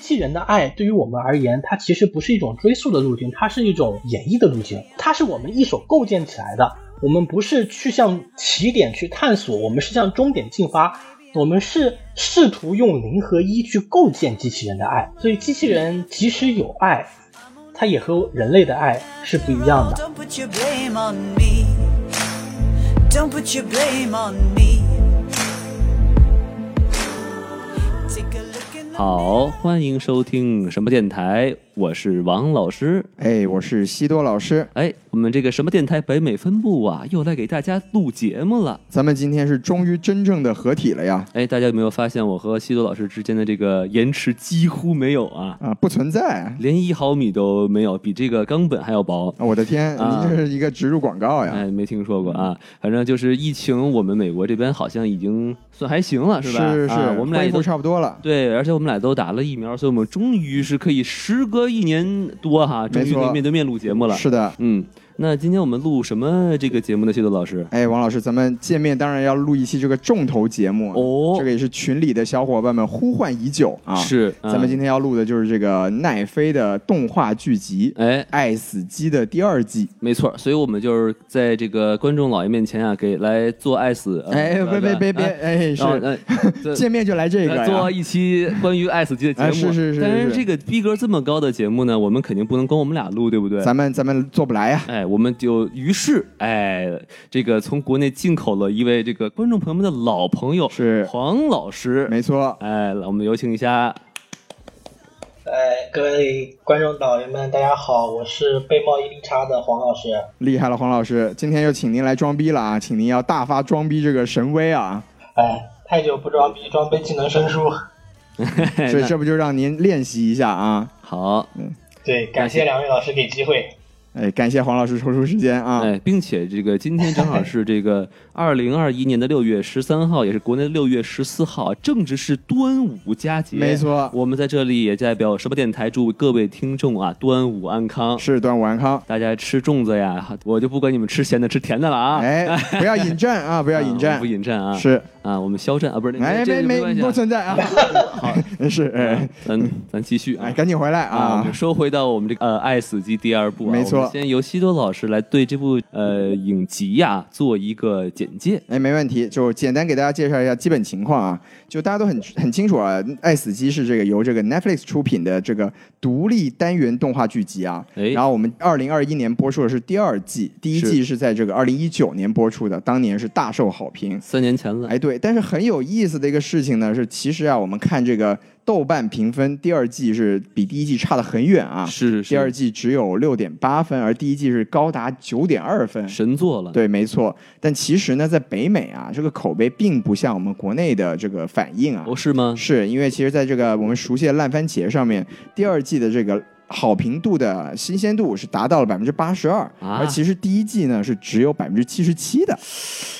器人的爱对于我们而言，它其实不是一种追溯的路径，它是一种演绎的路径，它是我们一手构建起来的。我们不是去向起点去探索，我们是向终点进发。我们是试图用零和一去构建机器人的爱，所以机器人即使有爱，它也和人类的爱是不一样的。 Don't put your blame on me. Don't put your blame on me. Take a look in the 好，欢迎收听什么电台，我是王老师。哎，我是西多老师。哎，我们这个什么电台北美分部啊，又来给大家录节目了。咱们今天是终于真正的合体了呀！哎，大家有没有发现我和西多老师之间的这个延迟几乎没有啊？啊，不存在！连一毫米都没有，比这个冈本还要薄。啊我的天，啊您这是一个植入广告呀！哎，没听说过啊。反正就是疫情，我们美国这边好像已经算还行了，吧？是啊我们俩恢也复都差不多了。对，而且我们俩都打了疫苗，所以我们终于是可以时隔一年多哈，终于可没以错面对面录节目了。是的，嗯，那今天我们录什么这个节目呢？谢豆老师，哎，王老师，咱们见面当然要录一期这个重头节目啊哦这个也是群里的小伙伴们呼唤已久啊。，是嗯咱们今天天要录的就是这个奈飞的动画剧集《哎，爱死机》的第二季。没错，所以我们就是在这个观众老爷面前啊，给来做爱死，呃哎，别别别别，，哎，然后是 呃，这见面就来这个来做呀！一期关于爱死机的节目，哎啊是是是但是是这个逼格这么高的节目呢，我们肯定不能光我们俩录，对不对？咱们咱们做不来呀！哎，我们就于是哎，这个从国内进口了一位这个观众朋友们的老朋友，是黄老师。没错，哎，我们有请一下。 哎，各位观众导游们，大家好，我是被贸易利差的黄老师。厉害了，黄老师，今天又请您来装逼了啊！请您要大发装逼这个神威啊！哎，太久不装逼，装逼技能生疏。哎这这不就让您练习一下啊？好，对，感谢两位老师给机会。哎，感谢黄老师抽出时间啊！哎，并且这个今天正好是这个二零二一年的六月十三号，也是国内六月十四号，正值是端午佳节。没错我们在这里也代表什么电台祝各位听众啊端午安康。是端午安康。大家吃粽子呀，我就不管你们吃咸的吃甜的了啊！哎，不要引 战啊！不啊，要引战不，引战啊！是，啊，我们肖战啊，不是，哎，这没个没关没系啊不存在啊！ 好，是，哎咱咱继续啊哎，。赶紧回来啊，我啊们！说回到我们这个呃《爱死机》第二部啊，没错我们先由西多老师来对这部呃影集呀、做一个简介。哎，没问题，就简单给大家介绍一下基本情况啊。就大家都很很清楚啊，《爱死机》是这个由这个 Netflix 出品的这个独立单元动画剧集啊。哎然后我们二零二一年播出的是第二季，第一是季是在这个二零一九年播出的，当年是大受好评。三年前了，哎，对，但是很有意思的一个事情呢，是其实啊，我们看这个豆瓣评分，第二季是比第一季差得很远啊。是是第二季只有六点八分，而第一季是高达九点二分。神作了，，对，没错。但其实呢，在北美啊，这个口碑并不像我们国内的这个反应啊，哦是吗？是因为其实在这个我们熟悉的烂番茄上面，第二季的这个。好评度的新鲜度是达到了百分之八十二，啊而其实第一季呢是只有百分之七十七的。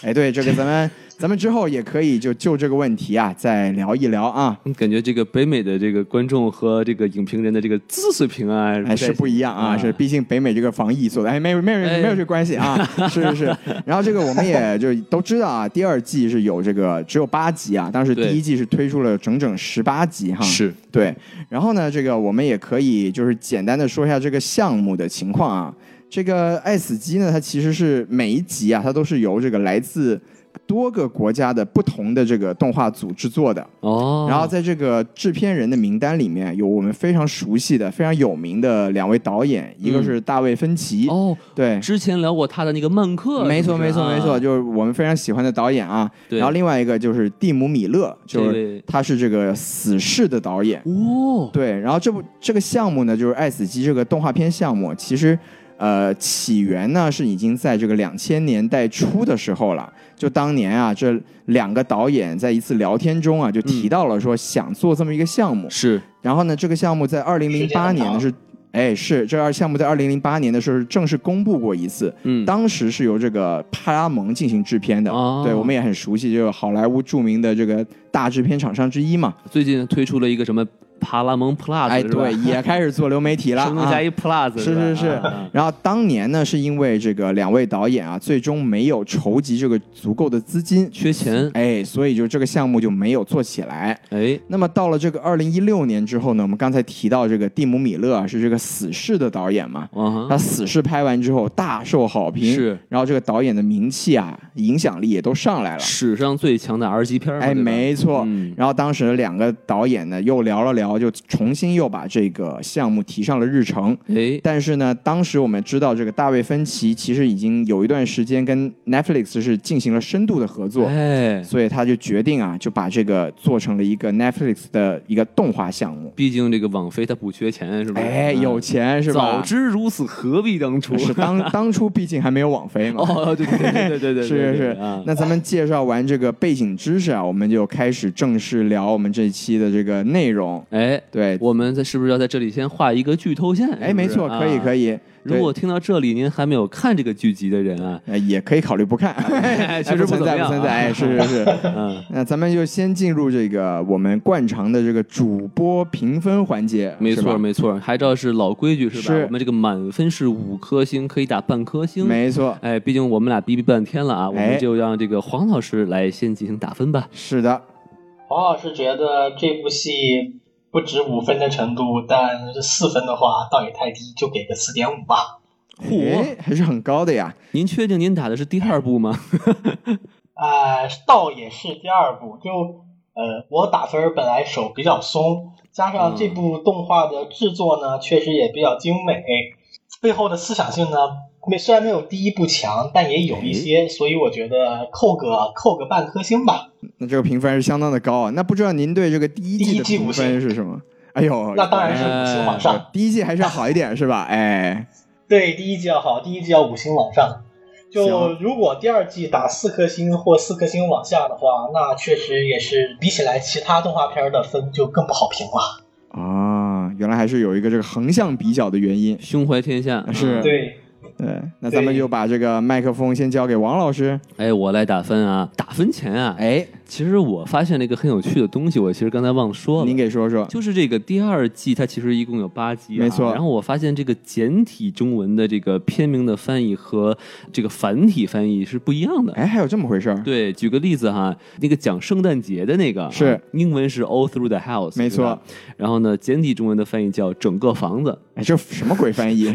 哎，对，这个咱们咱们之后也可以就就这个问题啊再聊一聊啊。嗯感觉这个北美的这个观众和这个影评人的这个知识平啊，哎，是不一样啊，是毕竟北美这个防疫做的，哎，没有没有哎没有这关系 啊，是是是。然后这个我们也就都知道啊，第二季是有这个只有八集啊，当时对第一季是推出了整整十八集哈，是对。然后呢，这个我们也可以就是简单的说一下这个项目的情况啊。这个爱死机呢，它其实是每一集啊，它都是由这个来自多个国家的不同的这个动画组制作的。哦，然后在这个制片人的名单里面，有我们非常熟悉的、非常有名的两位导演，一个是大卫·芬奇，嗯哦，对，之前聊过他的那个漫客，没错，是不没是错，啊没错，，就是我们非常喜欢的导演啊。对然后另外一个就是蒂姆·米勒，就这位是他是这个《死侍》的导演，哦，对。然后这部这个项目呢，就是《爱死机》这个动画片项目，其实。呃，起源呢是已经在这个两千年代初的时候了。就当年啊，这两个导演在一次聊天中啊，就嗯提到了说想做这么一个项目，是然后呢，这个项目在二零零八年呢是，哎，是这二项目在二零零八年的时候是正式公布过一次，嗯当时是由这个派拉蒙进行制片的，哦对我们也很熟悉，就是好莱坞著名的这个大制片厂商之一嘛，最近推出了一个什么爬拉蒙 Plus，哎，是吧对，也开始做流媒体了 成龙啊加。一 Plus，是吧是是啊啊，然后当年呢，是因为这个两位导演啊，最终没有筹集这个足够的资金，缺钱，哎，所以就这个项目就没有做起来。哎，那么到了这个二零一六年之后呢，我们刚才提到这个蒂姆·米勒啊是这个《死侍》的导演嘛，啊他哈， 《死侍》拍完之后大受好评，是，然后这个导演的名气啊、影响力也都上来了。史上最强的 R 级片儿嘛，哎，对吧没错。嗯然后当时两个导演呢又聊了聊，就重新又把这个项目提上了日程。哎，但是呢，当时我们知道这个大卫芬奇其实已经有一段时间跟 Netflix 是进行了深度的合作，哎，所以他就决定啊，就把这个做成了一个 Netflix 的一个动画项目。毕竟这个网飞它不缺钱，是吧？哎，嗯有钱是吧？早知如此，何必当初？是 当当初毕竟还没有网飞嘛。哦，对对对对对对对，是是对是对啊，那咱们介绍完这个背景知识啊，我们就开始正式聊我们这一期的这个内容。哎，对，我们在是不是要在这里先画一个剧透线？哎，没错，可以可以。以。啊如果听到这里您还没有看这个剧集的人啊，对呃也可以考虑不看， 哎确实不哎怎存么在，样不存啊在。哎，是是是。 嗯，那咱们就先进入这个我们惯常的这个主播评分环节，没是错吧没错，还照是老规矩是吧？是我们这个满分是五颗星，可以打半颗星。没错，哎，毕竟我们俩逼逼半天了啊，我哎们就让这个黄老师来先进行打分吧。是的，黄老师觉得这部戏不止五分的程度，但四分的话倒也太低，就给个四点五吧。嚯哎，还是很高的呀。您确定您打的是第二部 吗？啊，倒也是第二部，就呃，我打分本来手比较松，加上这部动画的制作呢，确实也比较精美，背后的思想性呢，没虽然没有第一部强，但也有一些，所以我觉得扣个扣个半颗星吧。那这个评分还是相当的高啊。那不知道您对这个第一第季一的季评五分星是什么？哎呦，那当然是五星往上。第一季还是要好一点是吧？哎，对，第一季要好，第一季要五星往上。就啊行如果第二季打四颗星或四颗星往下的话，那确实也是比起来其他动画片儿的分就更不好评了。啊，原来还是有一个这个横向比较的原因。胸怀天下是对，对，那咱们对就把这个麦克风先交给王老师。哎，我来打分啊！打分前啊，哎，其实我发现了一个很有趣的东西，我其实刚才忘了说了您。给说说。就是这个第二季，它其实一共有八集、啊，没错然后我发现这个简体中文的这个片名的翻译和这个繁体翻译是不一样的。哎，还有这么回事儿？对，举个例子哈，那个讲圣诞节的那个啊是英文是 All Through the House，没错是吧。然后呢，简体中文的翻译叫整个房子，哎，这什么鬼 翻译？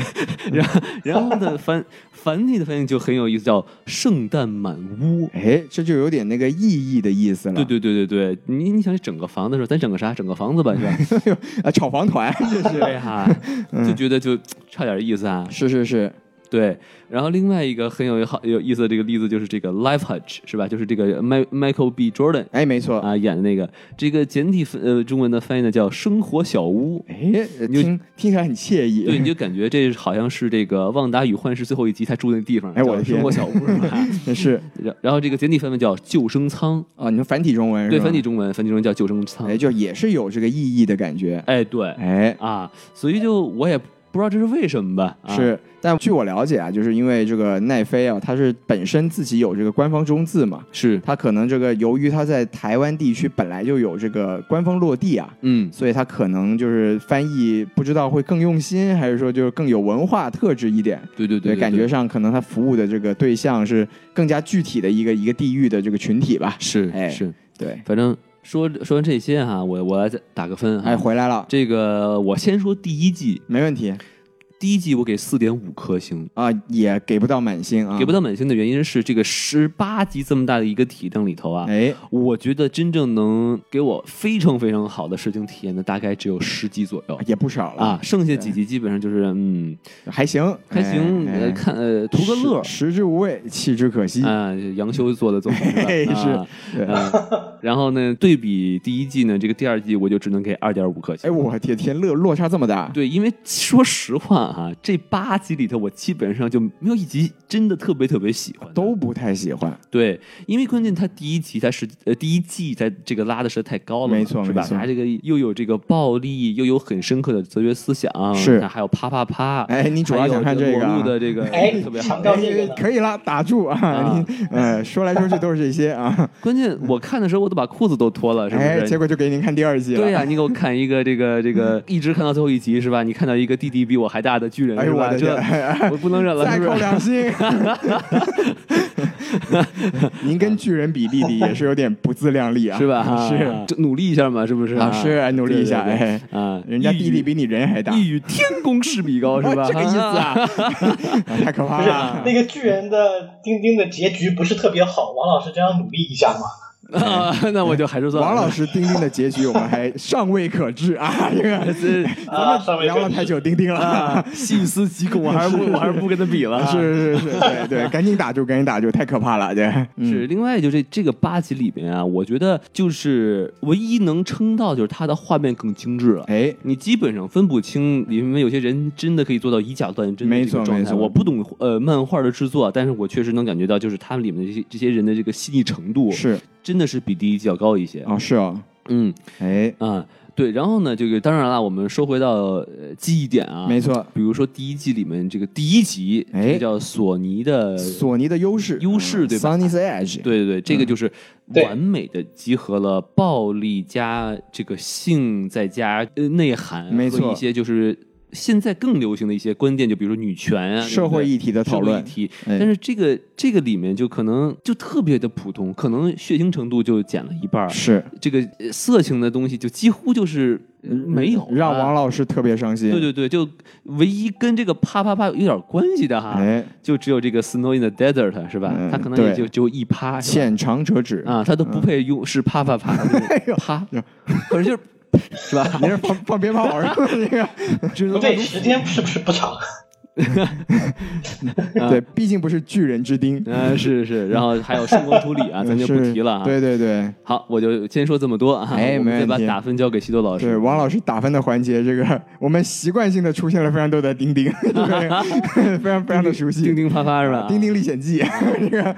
然 后然后呢繁繁体的翻译就很有意思，叫圣诞满屋。哎，这就有点那个意义的意思了。对对对对对，你你想整个房子的时候，咱整个啥？整个房子吧，是 吧？啊，炒房 团这是。对哈、嗯就觉得就差点意思啊。是是是，对，然后另外一个很有好有意思的这个例子就是这个 Life Hutch 是吧？就是这个迈 Michael B Jordan 哎，没错。啊演的那个，这个简体翻呃中文的翻译呢叫生活小屋。哎，听听起来很惬意。对，你就感觉这好像是这个《旺达与幻视》最后一集他住那地方，哎我叫的天生活小屋是吧？ 是然然后这个简体翻译叫救生舱，啊，你说繁体中文是对，吧繁体，中文，繁体中文叫救生舱。哎，就也是有这个意义的感觉。哎，对，哎，啊，所以就我也不知道这是为什么吧。啊、是，但据我了解啊，就是因为这个奈飞啊，它是本身自己有这个官方中字嘛，是，它可能这个由于它在台湾地区本来就有这个官方落地啊，嗯，所以它可能就是翻译不知道会更用心，还是说就是更有文化特质一点。对对对，感觉上可能它服务的这个对象是更加具体的一个一个地域的这个群体吧。是哎是，对，反正说说完这些哈、我我来再打个分哈、哎，回来了，这个我先说第一季，没问题第一季我给四点五颗星。啊，也给不到满星啊，给不到满星的原因是，这个十八集这么大的一个体量里头啊，哎，我觉得真正能给我非常非常好的视听体验的，大概只有十集左右也不少哎了啊，，剩下几集基本上就是嗯，还行，还行，哎呃哎看呃图个乐儿食食之无味，弃之可惜。啊，杨修做的总是 吧嘿哎是啊对，嗯，然后呢，对比第一季呢，这个第二季我就只能给二点五颗哎，星。我天天乐落差这么大，对，因为说实话哈、这八集里头我基本上就没有一集真的特别特别喜欢的。都不太喜欢。对，因为关键它第一集它是呃第一季它这个拉的实在太高了嘛，没错是吧没？错它这个又有这个暴力，又有很深刻的哲学思想，是它还有啪啪啪，哎你主要还有想看这个啊裸露的这个哎特别好强。调哎这个呢可以了，打住啊！啊你呃，说来说去都是这些啊，关键我看的时候，我都把裤子都脱了，是不是？哎，结果就嗯给您看第二季了。对呀、你给我看一个这个这个，一直看到最后一集是吧？你看到一个弟弟比我还大的巨人哎是呦我吧？的这天哎 我不能忍了，再是不扣是？两星，您跟巨人比弟弟也是有点不自量力啊，是吧？ 是啊就努力一下嘛，是不是？啊，是努力一下，对对对哎，啊，人家弟弟比你人还大，一语天公是米 高，是吧？这个意思啊，太可怕不是了那。个巨人的丁丁的结局不是特别好，王老师这样努力一下嘛。啊， 那我就还是算了。王老师钉钉的结局我们还尚未可知啊，这个 这啊，上面聊了太久钉钉了啊。，细思极恐，我还是不，我还是不跟他比了。啊是是是，对 对，赶紧打住，赶紧打住，太可怕了，这是，另外就这这个八集里面啊，我觉得就是唯一能撑到就是它的画面更精致了。哎，你基本上分不清，里面有些人真的可以做到以假乱真的没这错个状没态。错我不懂呃漫画的制作啊，但是我确实能感觉到，就是他们里面的这些这些人的这个细腻程度，是真的是比第一季要高一些。哦是哦，嗯哎，啊，对。然后呢，这个当然了，我们说回到呃记忆点啊，没错，比如说第一季里面这个第一集，哎这个叫索尼的，索尼的嗯优势，呃优势对吧？Sony's Edge，，对对对，这个就是对完美的集合了暴力加这个性，再加呃内涵，没错和一些就是。现在更流行的一些观点，就比如说女权啊，社会议题题的议讨论，题。哎但是这个这个里面就可能就特别的普通，可能血腥程度就减了一半儿，是这个呃色情的东西就几乎就是呃没有了，嗯让王老师特别伤心。对对对，就唯一跟这个啪啪啪有点关系的哈，哎，就只有这个 Snow in the Desert 是吧？嗯它可能也对就就一趴是吧浅尝辄止啊，它都不配用是啪啪 啪，哎就是啪，可是就是是吧？您是放放鞭炮玩儿的那个？ 只 能对，时间是不是不长？啊对，毕竟不是巨人之钉，嗯是是，然后还有圣光处理 啊，咱就不是提了啊。对对对好，我就先说这么多啊，哎我没们再问把题打分交给西多老对，师。王老师打分的环节，这个我们习惯性的出现了非常多的钉钉， 对 非常非常的熟悉。叮叮啪啪是吧？啊《丁，丁历险记》 这个啊，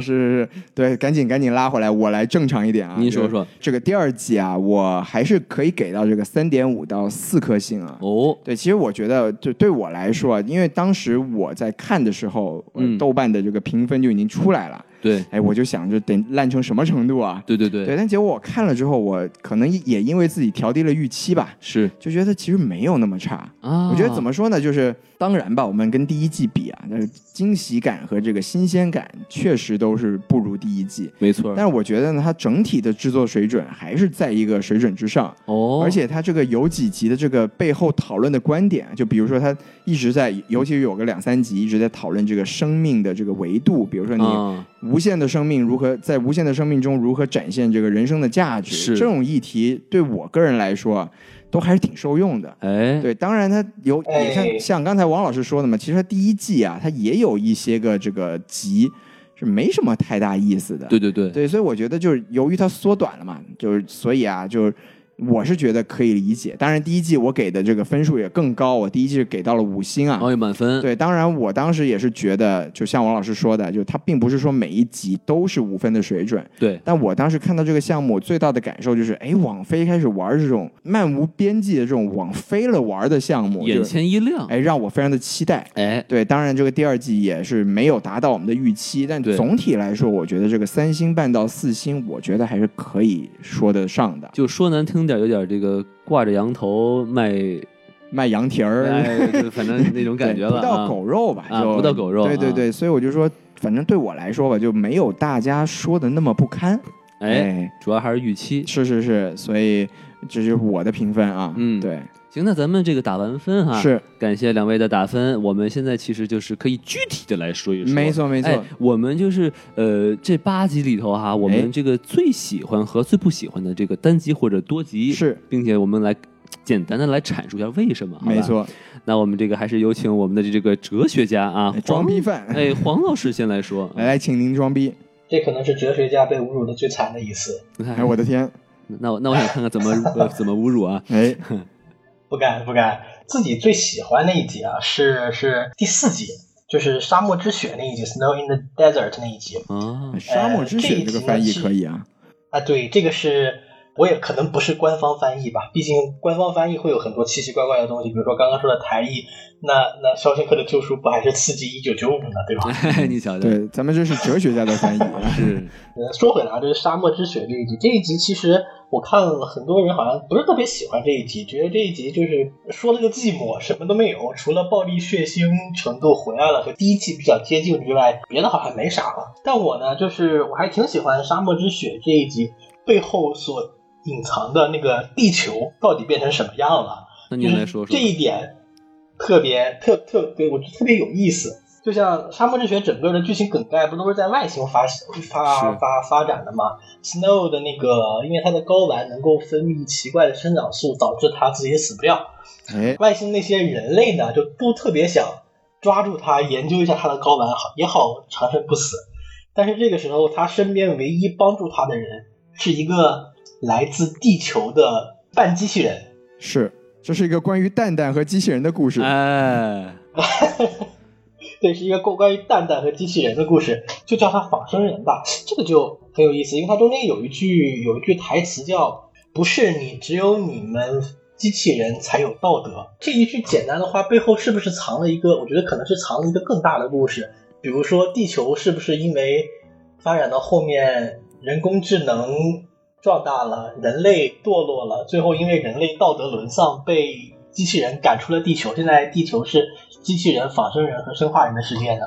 是是是，对，赶紧赶紧拉回来，我来正常一点啊。您说说这个这个第二季啊，我还是可以给到这个三点五到四颗星啊。哦，对，其实我觉得，就对我来说啊，因为当时我在看的时候，呃嗯豆瓣的这个评分就已经出来了，对哎，我就想着得烂成什么程度啊？对对对，对，但结果我看了之后，我可能也因为自己调低了预期吧，是就觉得其实没有那么差。啊，我觉得怎么说呢，就是当然吧，我们跟第一季比啊，那惊喜感和这个新鲜感确实都是不如第一季。没错但是我觉得呢，它整体的制作水准还是在一个水准之上，哦，而且它这个有几集的这个背后讨论的观点，啊就比如说它一直在，尤其有个两三集一直在讨论这个生命的这个维度，比如说你啊无限的生命如何在无限的生命中如何展现这个人生的价值，是这种议题对我个人来说啊都还是挺受用的。哎，对，当然它有也像哎像刚才王老师说的嘛，其实它第一季啊，它也有一些个这个集是没什么太大意思的。对对对，对，所以我觉得就是由于它缩短了嘛，就是所以啊，就是我是觉得可以理解。当然第一季我给的这个分数也更高，我第一季给到了五星啊。哦，有满分，对，当然我当时也是觉得，就像王老师说的，就它并不是说每一集都是五分的水准，对但我当时看到这个项目，最大的感受就是，哎，网飞开始玩这种漫无边际的这种往飞了玩的项目，眼就是前一亮，哎，让我非常的期待。哎，对，当然这个第二季也是没有达到我们的预期，但对总体来说，我觉得这个三星半到四星，我觉得还是可以说得上的。就说难听点，有点这个挂着羊头卖，卖羊蹄儿， 哎，就反正那种感觉对了不到啊。狗肉吧，啊就不到狗肉对对啊对，所以我就说，反正对我来说吧，就没有大家说的那么不堪。哎，，主要还是预期。是是是，所以这就是我的评分啊。嗯对，行，那咱们这个打完分哈，是感谢两位的打分。我们现在其实就是可以具体的来说一说，没错没错哎我们就是呃这八集里头哈，我哎们这个最喜欢和最不喜欢的这个单集或者多集是，并且我们来简单的来阐述一下为什么，好吧没。错，那我们这个还是有请我们的这个哲学家啊，装逼黄哎犯。哎，黄老师先来 说，来，来，请您装逼！这可能是哲学家被侮辱的最惨的一次。哎，我的天！那我那我想看看怎么、呃、怎么侮辱啊？ 哎，不敢不敢，自己最喜欢那一集啊，是是第四集，就是《沙漠之雪》那一集，《Snow in the Desert》那一集啊，沙漠之这雪一这个集呢哎翻译是可以啊。啊。对，这个是我也可能不是官方翻译吧，毕竟官方翻译会有很多奇奇怪怪的东西，比如说刚刚说的台译，那那《肖申克的救赎》不还是刺激一九九五呢，对 吧？哎你瞧瞧，哎对，咱们这是哲学家的翻译。啊 是呃，说回来啊，这是《沙漠之水》这一集，这一集其实我看了很多人好像不是特别喜欢这一集，觉得这一集就是说了个寂寞，什么都没有，除了暴力血腥程度回来了和第一季比较接近之外，别的好像没啥了。但我呢，就是我还挺喜欢《沙漠之水》这一集背后所隐藏的那个地球到底变成什么样了。那就您是来说嗯说这，一点特别特特对我觉得特别有意思。就像《沙漠之雪》整个的剧情梗概不都是在外星发发是发发展的吗？Snow 的那个，因为他的睾丸能够分泌奇怪的生长素，导致他自己死不掉。哎，外星那些人类呢，就都特别想抓住他，研究一下他的睾丸，好也好长生不死。但是这个时候，他身边唯一帮助他的人是一个来自地球的半机器人，是，这是一个关于蛋蛋和机器人的故事。哎，对，是一个关关于蛋蛋和机器人的故事，就叫它仿生人吧。这个就很有意思，因为它中间有一句有一句台词叫“不是你，只有你们机器人才有道德”。这一句简单的话背后是不是藏了一个？我觉得可能是藏了一个更大的故事，比如说地球是不是因为发展到后面人工智能壮大了，人类堕落了，最后因为人类道德沦丧被机器人赶出了地球。现在地球是机器人、仿生人和生化人的世界呢。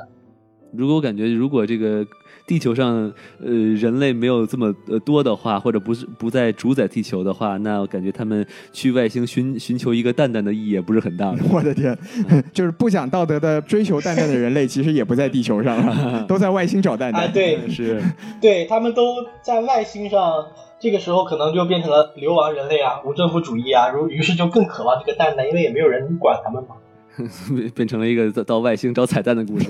如果我感觉，如果这个地球上呃人类没有这么呃多的话，或者不是不再主宰地球的话，那我感觉他们去外星寻寻求一个蛋蛋的意义也不是很 大的。我的天，就是不讲道德的追求蛋蛋的人类，其实也不在地球 上了，都在外星找蛋啊，蛋。对是，对，他们都在外星上，这个时候可能就变成了流亡人类啊、无政府主义啊，如于是就更渴望这个蛋蛋，因为也没有人管他们嘛。 变成了一个到到外星找彩蛋的故 事。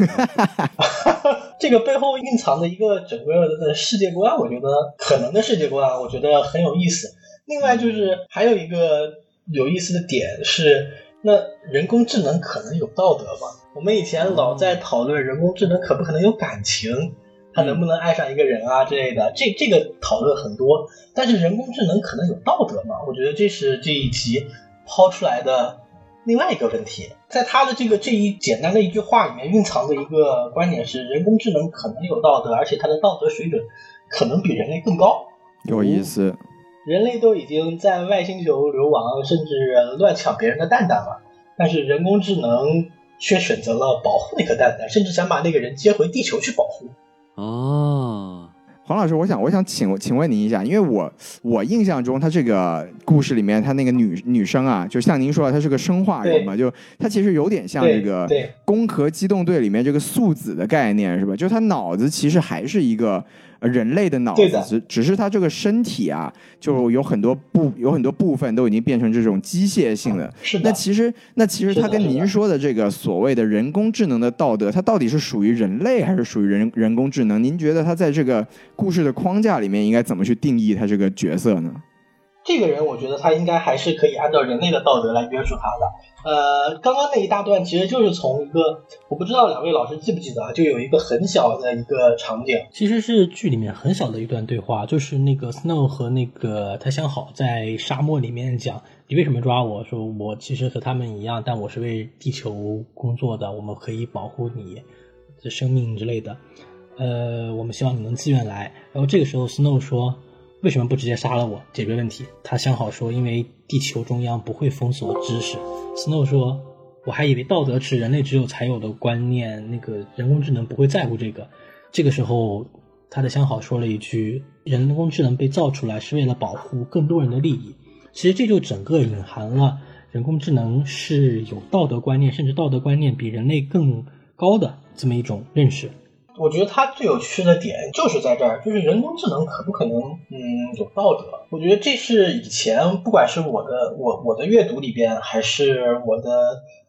这个背后蕴藏的一个整个的世界观，我觉得可能的世界观，啊我觉得很有意思。另外就是还有一个有意思的点是，那人工智能可能有道德吗？我们以前老在讨论人工智能可不可能有感情，它能不能爱上一个人啊之类的，这这个讨论很多。但是人工智能可能有道德吗？我觉得这是这一集抛出来的另外一个问题，在他的这个这一简单的一句话里面蕴藏的一个观点是，人工智能可能有道德，而且它的道德水准可能比人类更高。有意思，人类都已经在外星球流亡，甚至乱抢别人的蛋蛋了，但是人工智能却选择了保护那颗蛋蛋，甚至想把那个人接回地球去保护。哦，黄老师，我想我想请请问您一下，因为我我印象中他这个故事里面，他那个女女生啊，就像您说的，她是个生化人嘛，就她其实有点像对这个对《攻壳机动队》里面这个素子的概念是吧？就她脑子其实还是一个呃人类的脑对子的，只只是她这个身体啊，就有很多部有很多部分都已经变成这种机械性的，是那的，其实，那其实是的它跟是的您说的这个所谓的人工智能的道德，它到底是属于人类还是属于人人工智能？您觉得它在这个故事的框架里面应该怎么去定义它这个角色呢？这个人我觉得他应该还是可以按照人类的道德来约束他的。呃，刚刚那一大段其实就是从一个，我不知道两位老师记不记得啊，就有一个很小的一个场景，其实是剧里面很小的一段对话，就是那个 Snow 和那个他相好在沙漠里面讲，你为什么抓我？说我其实和他们一样，但我是为地球工作的，我们可以保护你的生命之类的。呃，我们希望你能自愿来。然后这个时候 Snow 说，为什么不直接杀了我解决问题？他相好说，因为地球中央不会封锁知识。Snow 说，我还以为道德是人类只有才有的观念，那个人工智能不会在乎这个。这个时候，他的相好说了一句：“人工智能被造出来是为了保护更多人的利益。”其实这就整个隐含了人工智能是有道德观念，甚至道德观念比人类更高的这么一种认识。我觉得它最有趣的点就是在这儿，就是人工智能可不可能嗯有道德？我觉得这是以前不管是我的我我的阅读里边，还是我的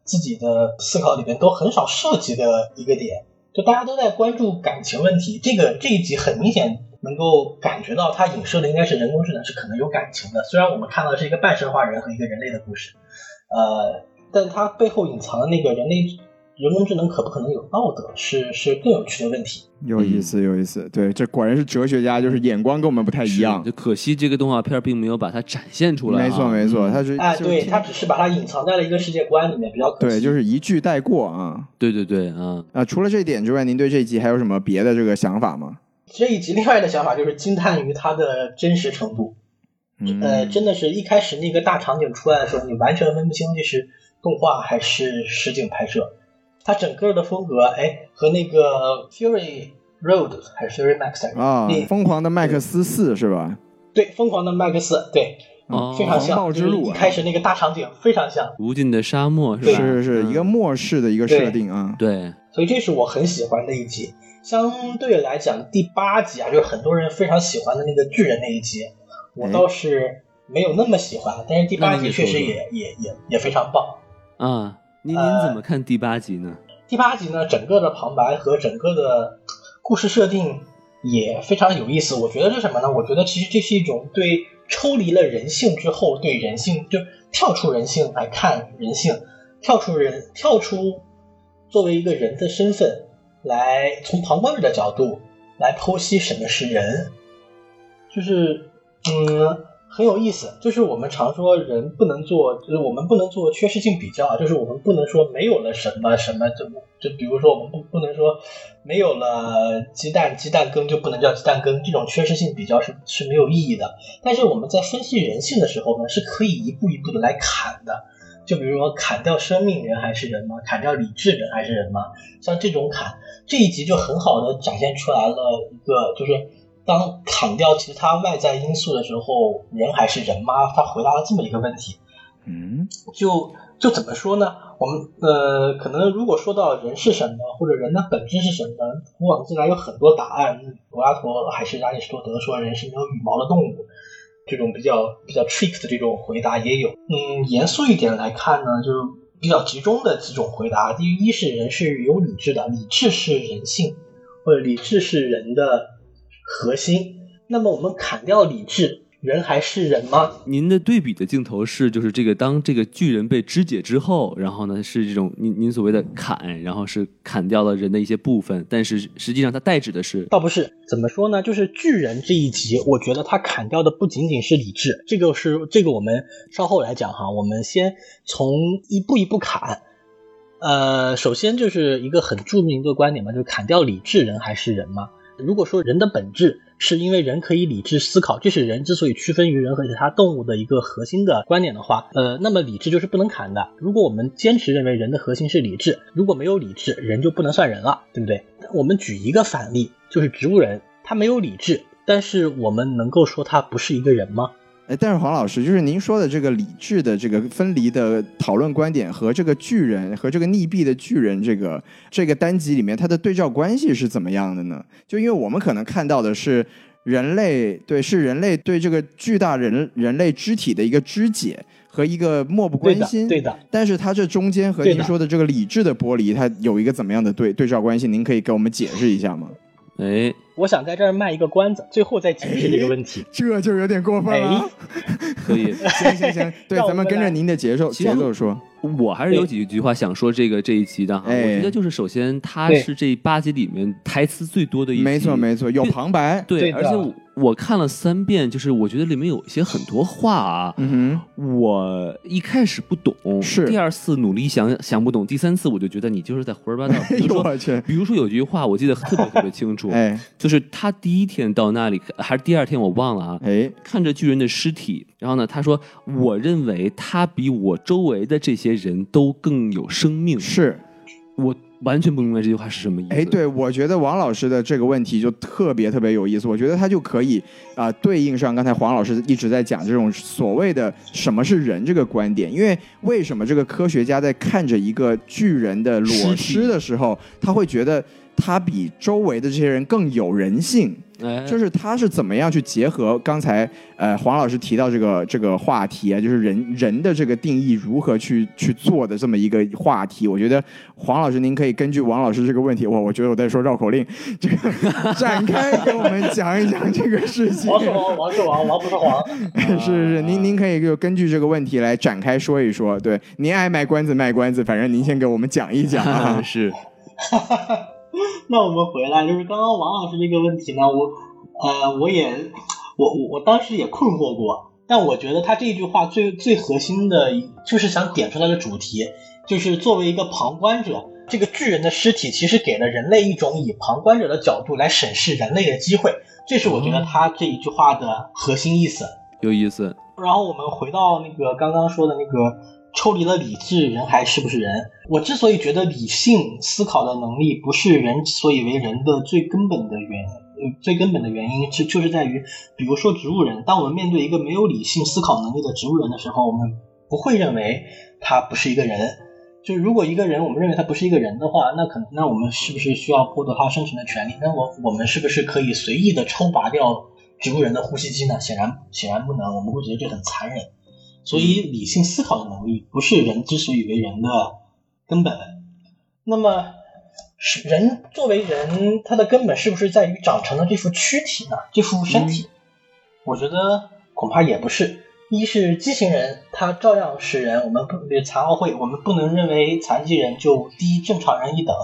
自己的思考里边，都很少涉及的一个点。就大家都在关注感情问题，这个这一集很明显能够感觉到它影射的应该是人工智能是可能有感情的，虽然我们看到的是一个半生化人和一个人类的故事，呃，但它背后隐藏的那个人类人工智能可不可能有道德，是是更有趣的问题。有意思，有意思。对，这果然是哲学家，就是眼光跟我们不太一样就。可惜这个动画片并没有把它展现出来、啊。没错，没错，嗯他是哎，就是对，听它只是把它隐藏在了一个世界观里面，比较可惜。对，就是一句带过啊对对对啊，啊！除了这一点之外，您对这一集还有什么别的这个想法吗？这一集另外的想法就是惊叹于它的真实程度。呃，嗯，真的是一开始那个大场景出来的时候，你完全分不清这是动画还是实景拍摄。它整个的风格，哎，和那个 Fury Road 还是 Fury Max 来着啊那，疯狂的麦克斯四是吧？对，疯狂的麦克斯，对，哦，非常狂暴像，之就是路啊一开始那个大场景非常像，无尽的沙漠是吧？嗯是是是，一个末世的一个设定啊。对，所以这是我很喜欢的一集。相对来讲，第八集啊，就是很多人非常喜欢的那个巨人那一集，我哎倒是没有那么喜欢，但是第八那你集说确说实也也也也非常棒。啊，您您呃怎么看第八集呢？第八集呢，整个的旁白和整个的故事设定也非常有意思。我觉得是什么呢？我觉得其实这是一种对抽离了人性之后，对人性就跳出人性来看人性，跳出人跳出作为一个人的身份，来从旁观者的角度来剖析什么是人，就是嗯。很有意思，就是我们常说人不能做，就是我们不能做缺失性比较啊，就是我们不能说没有了什么什么，就就比如说我们不不能说没有了鸡蛋，鸡蛋羹就不能叫鸡蛋羹，这种缺失性比较是是没有意义的。但是我们在分析人性的时候呢，是可以一步一步的来砍的，就比如说砍掉生命人还是人吗？砍掉理智人还是人吗？像这种砍，这一集就很好的展现出来了一个，就是当砍掉其他外在因素的时候，人还是人吗？他回答了这么一个问题。嗯，就就怎么说呢？我们呃，可能如果说到人是什么，或者人的本质是什么，古往今来有很多答案。柏拉图还是亚里士多德说人是没有羽毛的动物，这种比较比较 trick 的这种回答也有。嗯，严肃一点来看呢，就是比较集中的几种回答。第一是人是有理智的，理智是人性，或者理智是人的核心。那么我们砍掉理智，人还是人吗？您的对比的镜头是，就是这个当这个巨人被肢解之后，然后呢是这种您您所谓的砍，然后是砍掉了人的一些部分，但是实际上它代指的是倒不是，怎么说呢？就是巨人这一集，我觉得他砍掉的不仅仅是理智，这个是这个我们稍后来讲哈。我们先从一步一步砍。呃，首先就是一个很著名的观点嘛，就是砍掉理智，人还是人嘛。如果说人的本质是因为人可以理智思考，这是人之所以区分于人和其他动物的一个核心的观点的话，呃，那么理智就是不能砍的。如果我们坚持认为人的核心是理智，如果没有理智，人就不能算人了，对不对？我们举一个反例，就是植物人，他没有理智，但是我们能够说他不是一个人吗？哎，但是黄老师，就是您说的这个理智的这个分离的讨论观点和这个巨人和这个溺毙的巨人这个这个单集里面它的对照关系是怎么样的呢？就因为我们可能看到的是人类对是人类对这个巨大人人类肢体的一个肢解和一个漠不对关的，心，对的。但是它这中间和对的您说的这个理智的剥离，它有一个怎么样的对对照关系？您可以给我们解释一下吗？哎，我想在这儿卖一个关子，最后再解释这个问题。这就有点过分了啊。可以 行行行，对，让我咱们们跟着来您的节奏其实节奏说。我还是有几句话想说这个这一集的哈，哎我觉得就是首先它对是这八集里面台词最多的一集，没错没错，有旁白。对，对的而且我我看了三遍，就是我觉得里面有一些很多话啊，嗯我一开始不懂，是第二次努力想想不懂，第三次我就觉得你就是在胡说八 道。哼，哎比如呦说，我去，比如说有句话我记得特别特别清楚，哎就是他第一天到那里还是第二天我忘了啊，哎，嗯看着巨人的尸体，然后呢，他说：“我认为他比我周围的这些人都更有生命。是”我完全不明白这句话是什么意思。哎，对，我觉得王老师的这个问题就特别特别有意思，我觉得他就可以啊、对应上刚才黄老师一直在讲这种所谓的什么是人这个观点，因为为什么这个科学家在看着一个巨人的裸尸体尸的时候，他会觉得他比周围的这些人更有人性。哎，。就是他是怎么样去结合刚才呃黄老师提到这个这个话题啊，就是人人的这个定义如何去去做的这么一个话题。我觉得黄老师您可以根据王老师这个问题，我我觉得我在说绕口令，这个展开给我们讲一讲这个事情。王是王，王是王，王不是黄。是是，是，您您可以就根据这个问题来展开说一说。对，您爱卖关子卖关子，反正您先给我们讲一讲啊哎是 那我们回来，就是刚刚王老师这个问题呢，我呃，我也我我我当时也困惑过，但我觉得他这一句话最最核心的一，就是想点出来的主题，就是作为一个旁观者，这个巨人的尸体其实给了人类一种以旁观者的角度来审视人类的机会，这是我觉得他这一句话的核心意思。有意思，然后我们回到那个刚刚说的那个，抽离了理智，人还是不是人？我之所以觉得理性思考的能力不是人之所以为人的最根本的原因，呃最根本的原因是就是在于，比如说植物人，当我们面对一个没有理性思考能力的植物人的时候，我们不会认为他不是一个人。就如果一个人我们认为他不是一个人的话，那可能那我们是不是需要剥夺他生存的权利？那我我们是不是可以随意的抽拔掉植物人的呼吸机呢？显然显然不能，我们会觉得这很残忍。所以理性思考的能力不是人之所以为人的根本。那么，是人作为人，他的根本是不是在于长成的这副躯体呢？这副身体？我觉得恐怕也不是。一是畸形人，他照样是人，我们不残奥会，我们不能认为残疾人就低正常人一等。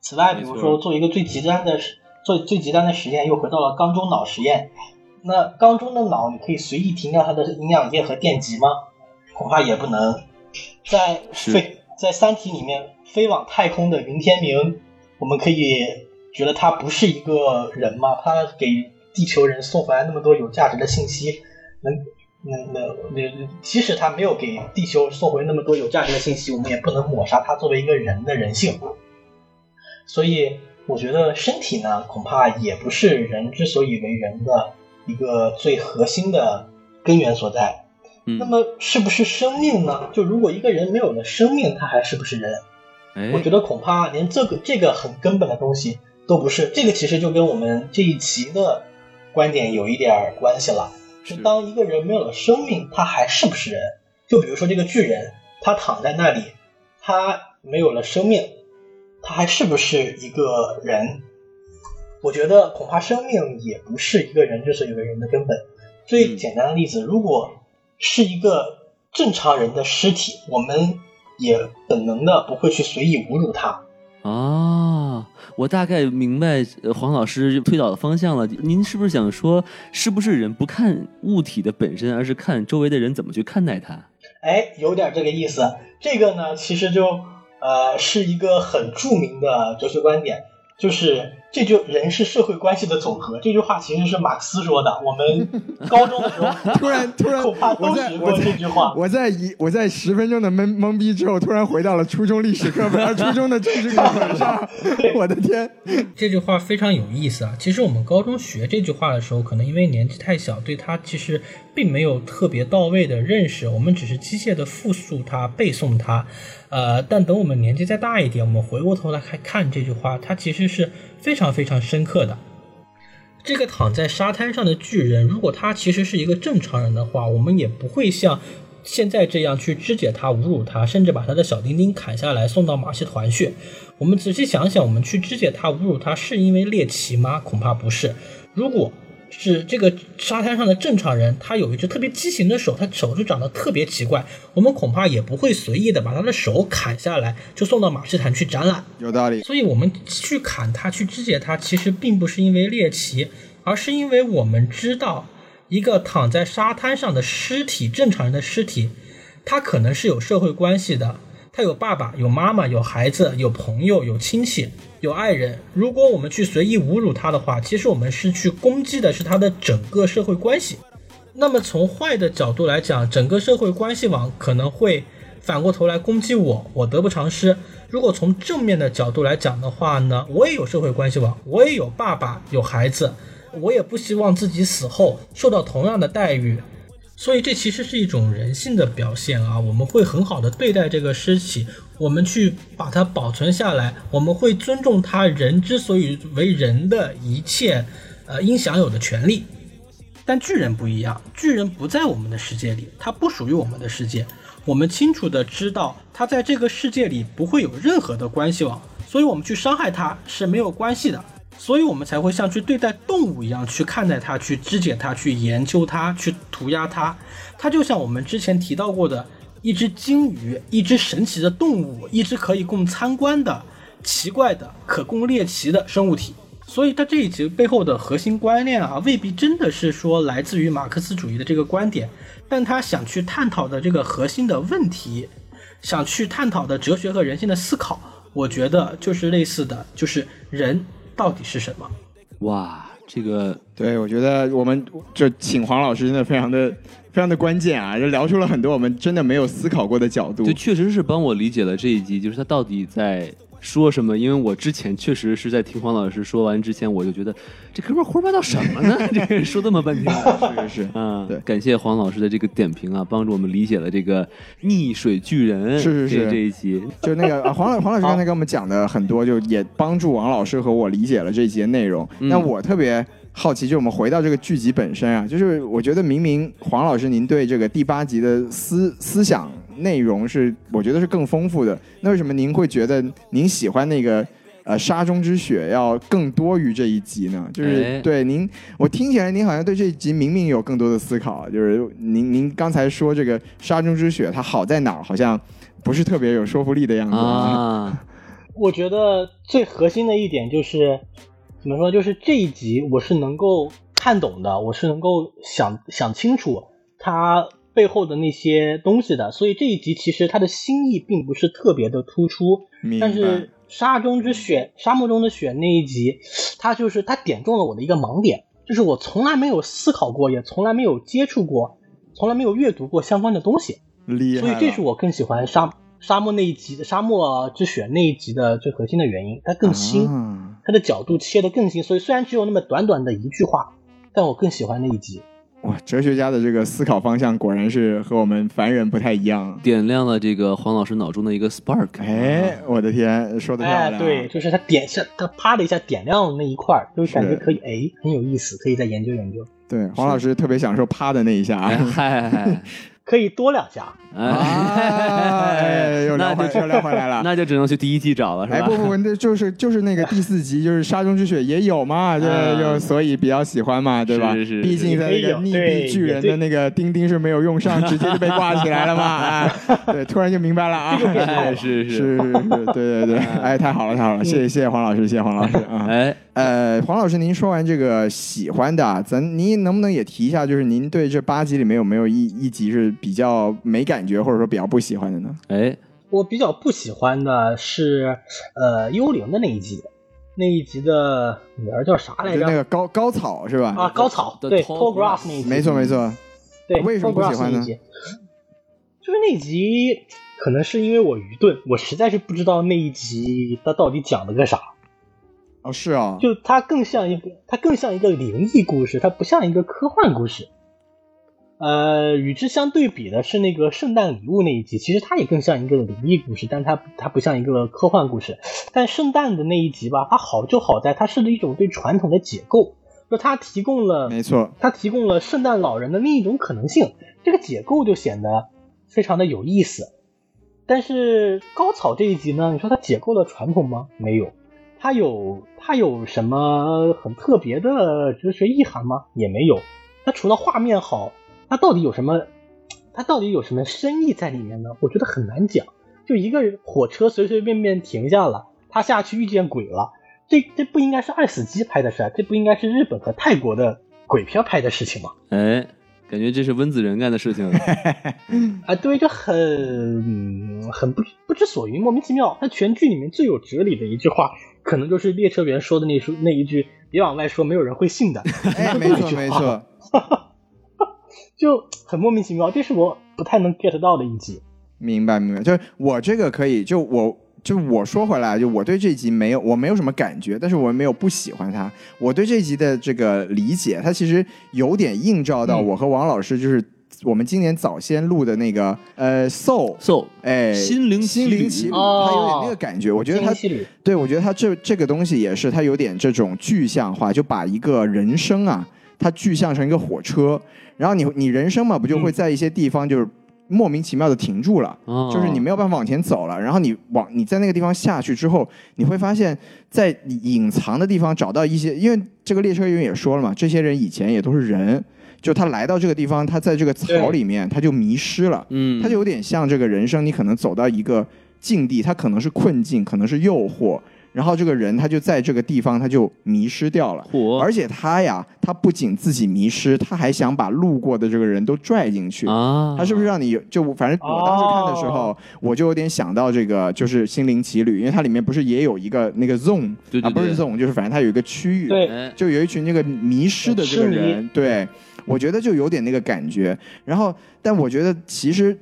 此外，比没错如说做一个最极端的实做最极端的实验，又回到了缸中脑实验。那缸中的脑，你可以随意停掉它的营养液和电极吗？恐怕也不能。在是飞在《三体》里面飞往太空的云天明，我们可以觉得他不是一个人吗？他给地球人送回来那么多有价值的信息，能能能能，即使他没有给地球送回那么多有价值的信息，我们也不能抹杀他作为一个人的人性。所以，我觉得身体呢，恐怕也不是人之所以为人的一个最核心的根源所在。嗯那，么是不是生命呢？就如果一个人没有了生命，他还是不是人？哎，我觉得恐怕连这个这个很根本的东西都不是。这个其实就跟我们这一集的观点有一点儿关系了。就是当一个人没有了生命，他还是不是人？就比如说这个巨人，他躺在那里，他没有了生命，他还是不是一个人？我觉得恐怕生命也不是一个人之所以为人的根本。最简单的例子，如果是一个正常人的尸体，我们也本能的不会去随意侮辱他。啊，我大概明白呃黄老师推导的方向了。您是不是想说，是不是人不看物体的本身，而是看周围的人怎么去看待它？哎，有点这个意思。这个呢，其实就呃是一个很著名的哲学观点，就是这就人是社会关系的总和。这句话其实是马克思说的。我们高中的时候 突然突然恐怕，我都在学我过在这句话。我在一我在十分钟的懵懵逼之后，突然回到了初中历史课本，而初中的政治课本上， 我的天！这句话非常有意思啊！其实我们高中学这句话的时候，可能因为年纪太小，对它其实并没有特别到位的认识，我们只是机械的复述它、背诵它。呃，但等我们年纪再大一点，我们回过头来看看这句话，它其实是非常非常深刻的。这个躺在沙滩上的巨人，如果他其实是一个正常人的话，我们也不会像现在这样去肢解他、侮辱他，甚至把他的小丁丁砍下来送到马戏团去。我们仔细想想，我们去肢解他、侮辱他，是因为猎奇吗？恐怕不是。如果是这个沙滩上的正常人，他有一只特别畸形的手，他手就长得特别奇怪，我们恐怕也不会随意的把他的手砍下来，就送到马戏团去展览。有道理，所以我们去砍它、去肢解它，其实并不是因为猎奇，而是因为我们知道，一个躺在沙滩上的尸体，正常人的尸体，它可能是有社会关系的，它有爸爸、有妈妈、有孩子、有朋友、有亲戚、有爱人。如果我们去随意侮辱它的话，其实我们是去攻击的是它的整个社会关系。那么从坏的角度来讲，整个社会关系网可能会反过头来攻击我，我得不偿失。如果从正面的角度来讲的话呢，我也有社会关系网，我也有爸爸，有孩子，我也不希望自己死后受到同样的待遇。所以这其实是一种人性的表现啊，我们会很好的对待这个尸体，我们去把它保存下来，我们会尊重他人之所以为人的一切，呃，应享有的权利。但巨人不一样，巨人不在我们的世界里，它不属于我们的世界。我们清楚的知道，它在这个世界里不会有任何的关系网，所以我们去伤害它是没有关系的。所以我们才会像去对待动物一样去看待它、去肢解它、去研究它、去涂鸦它。它就像我们之前提到过的，一只鲸鱼，一只神奇的动物，一只可以供参观的、奇怪的、可供猎奇的生物体。所以它这一集背后的核心观念啊，未必真的是说来自于马克思主义的这个观点，但他想去探讨的这个核心的问题，想去探讨的哲学和人性的思考，我觉得就是类似的，就是人到底是什么。哇，这个对，我觉得我们就请黄老师真的非常的非常的关键啊，就聊出了很多我们真的没有思考过的角度对，。确实是帮我理解了这一集，就是他到底在说什么。因为我之前确实是在听黄老师说完之前，我就觉得这哥们儿胡说八道什么 呢？这个说这么半 天。是是啊，对感谢黄老师的这个点评啊，帮助我们理解了这个溺水巨人是是是这这一集。就那个、啊、黄老黄老师刚才跟我们讲的很多，就也帮助王老师和我理解了这一集的内容。那、我特别好奇，就我们回到这个剧集本身啊，就是我觉得明明黄老师您对这个第八集的思思想内容是，我觉得是更丰富的。那为什么您会觉得您喜欢那个？呃，沙中之雪要更多于这一集呢，就是、哎对您，我听起来您好像对这一集明明有更多的思考，啊就是您您刚才说这个沙中之雪它好在哪儿，好像不是特别有说服力的样子啊，我觉得最核心的一点就是，怎么说？就是这一集我是能够看懂的，我是能够想想清楚它背后的那些东西的。所以这一集其实它的新意并不是特别的突出，明白但是《沙中之雪》《沙漠中的雪》那一集，它就是它点中了我的一个盲点，就是我从来没有思考过，也从来没有接触过，从来没有阅读过相关的东西。厉害所以了。这是我更喜欢沙沙漠那一集的沙漠之雪那一集的最核心的原因，它更新，啊它的角度切得更新，所以虽然只有那么短短的一句话，但我更喜欢那一集。哇，哲学家的这个思考方向果然是和我们凡人不太一样。点亮了这个黄老师脑中的一个 spark。哎，我的天，说的漂哎亮、，对，，就是它点下，它啪的一下点亮了那一块儿，就是感觉是可以，哎，很有意思，可以再研究研究，对，黄老师特别享受啪的那一 下。 哎嗨嗨可以多两下。啊，哎，又那聊回就又聊回来了。 那就只能去第一季找了，是哎，吧？不不不，那就是就是那个第四集，就是《沙中之雪》也有 嘛，对，嗯就所以比较喜欢嘛，对吧？是是是哎毕竟在那也个有逆对毙巨人也的对那个钉钉是没有用上，直接就被挂起来了嘛， 啊，对，突然就明白了啊，哎是 是 是是，对对对，哎，太好了太好了，谢谢谢谢黄老师，谢谢黄老师啊。啊嗯 哎，呃，黄老师，您说完这个喜欢的啊，咱您能不能也提一下，就是您对这八集里面有没有一一集是比较没感觉，或者说比较不喜欢的呢？哎，我比较不喜欢的是，呃，幽灵的那一集，那一集的女儿叫啥来就着？那个高高草是吧？啊，高草， The 对 Tall ，Tall Grass Grass 那一集，没错没错，对，为什么不 Tall Grass 喜欢呢那一集就是那集，可能是因为我愚钝，我实在是不知道那一集它到底讲了个啥。哦是哦，就它更像一个，它更像一个灵异故事，它不像一个科幻故事。呃，与之相对比的是那个圣诞礼物那一集，其实它也更像一个灵异故事，但它它不像一个科幻故事。但圣诞的那一集吧，它好就好在它是一种对传统的解构，就它提供了哎没错，它提供了圣诞老人的另一种可能性，这个解构就显得非常的有意思。但是高草这一集呢，你说它解构了传统吗？没有，它有它有什么很特别的哲学意涵吗？也没有。它除了画面好，它到底有什么？它到底有什么深意在里面呢？我觉得很难讲。就一个火车随随便便停下了，他下去遇见鬼了，这这不应该是爱死机拍的事儿，这不应该是日本和泰国的鬼片拍的事情吗？哎，感觉这是温子仁干的事 情。啊，对，就很嗯很不不知所云，莫名其妙。那全剧里面最有哲理的一句话，可能就是列车员说的那说那一句“别往外说，没有人会 信的”， 哎，没错没错，就很莫名其妙。这是我不太能 get 到的一集。明白明白。就是我这个可以，就我就我说回来，就我对这集没有我没有什么感觉，但是我没有不喜欢它。嗯我对这集的这个理解，它其实有点映照到我和王老师就是我们今年早先录的那个呃 Soul， So，哎，心灵奇心旅灵奇旅，哦它有点那个感觉。我觉得它惊奇旅对，我觉得他这这个东西也是，他有点这种具象化，就把一个人生啊，它具象成一个火车，然后你你人生嘛，不就会在一些地方就是莫名其妙的停住了，哦就是你没有办法往前走了，然后你往你在那个地方下去之后，你会发现在隐藏的地方找到一些，因为这个列车员也说了嘛，这些人以前也都是人。就他来到这个地方，他在这个草对里面，他就迷失了。嗯，它就有点像这个人生，你可能走到一个境地，它可能是困境，可能是诱惑，然后这个人他就在这个地方他就迷失掉了。哦火而且他呀，他不仅自己迷失，他还想把路过的这个人都拽进去。啊，他是不是让你有就反正我当时看的时候，我就有点想到这个就是《心灵奇旅》，因为它里面不是也有一个那个 zone 对对啊，不是对 zone，就是反正它有一个区域，对哎就有一群那个迷失的这个痴迷人，对我觉得就有点那个感觉。然后，但我觉得其实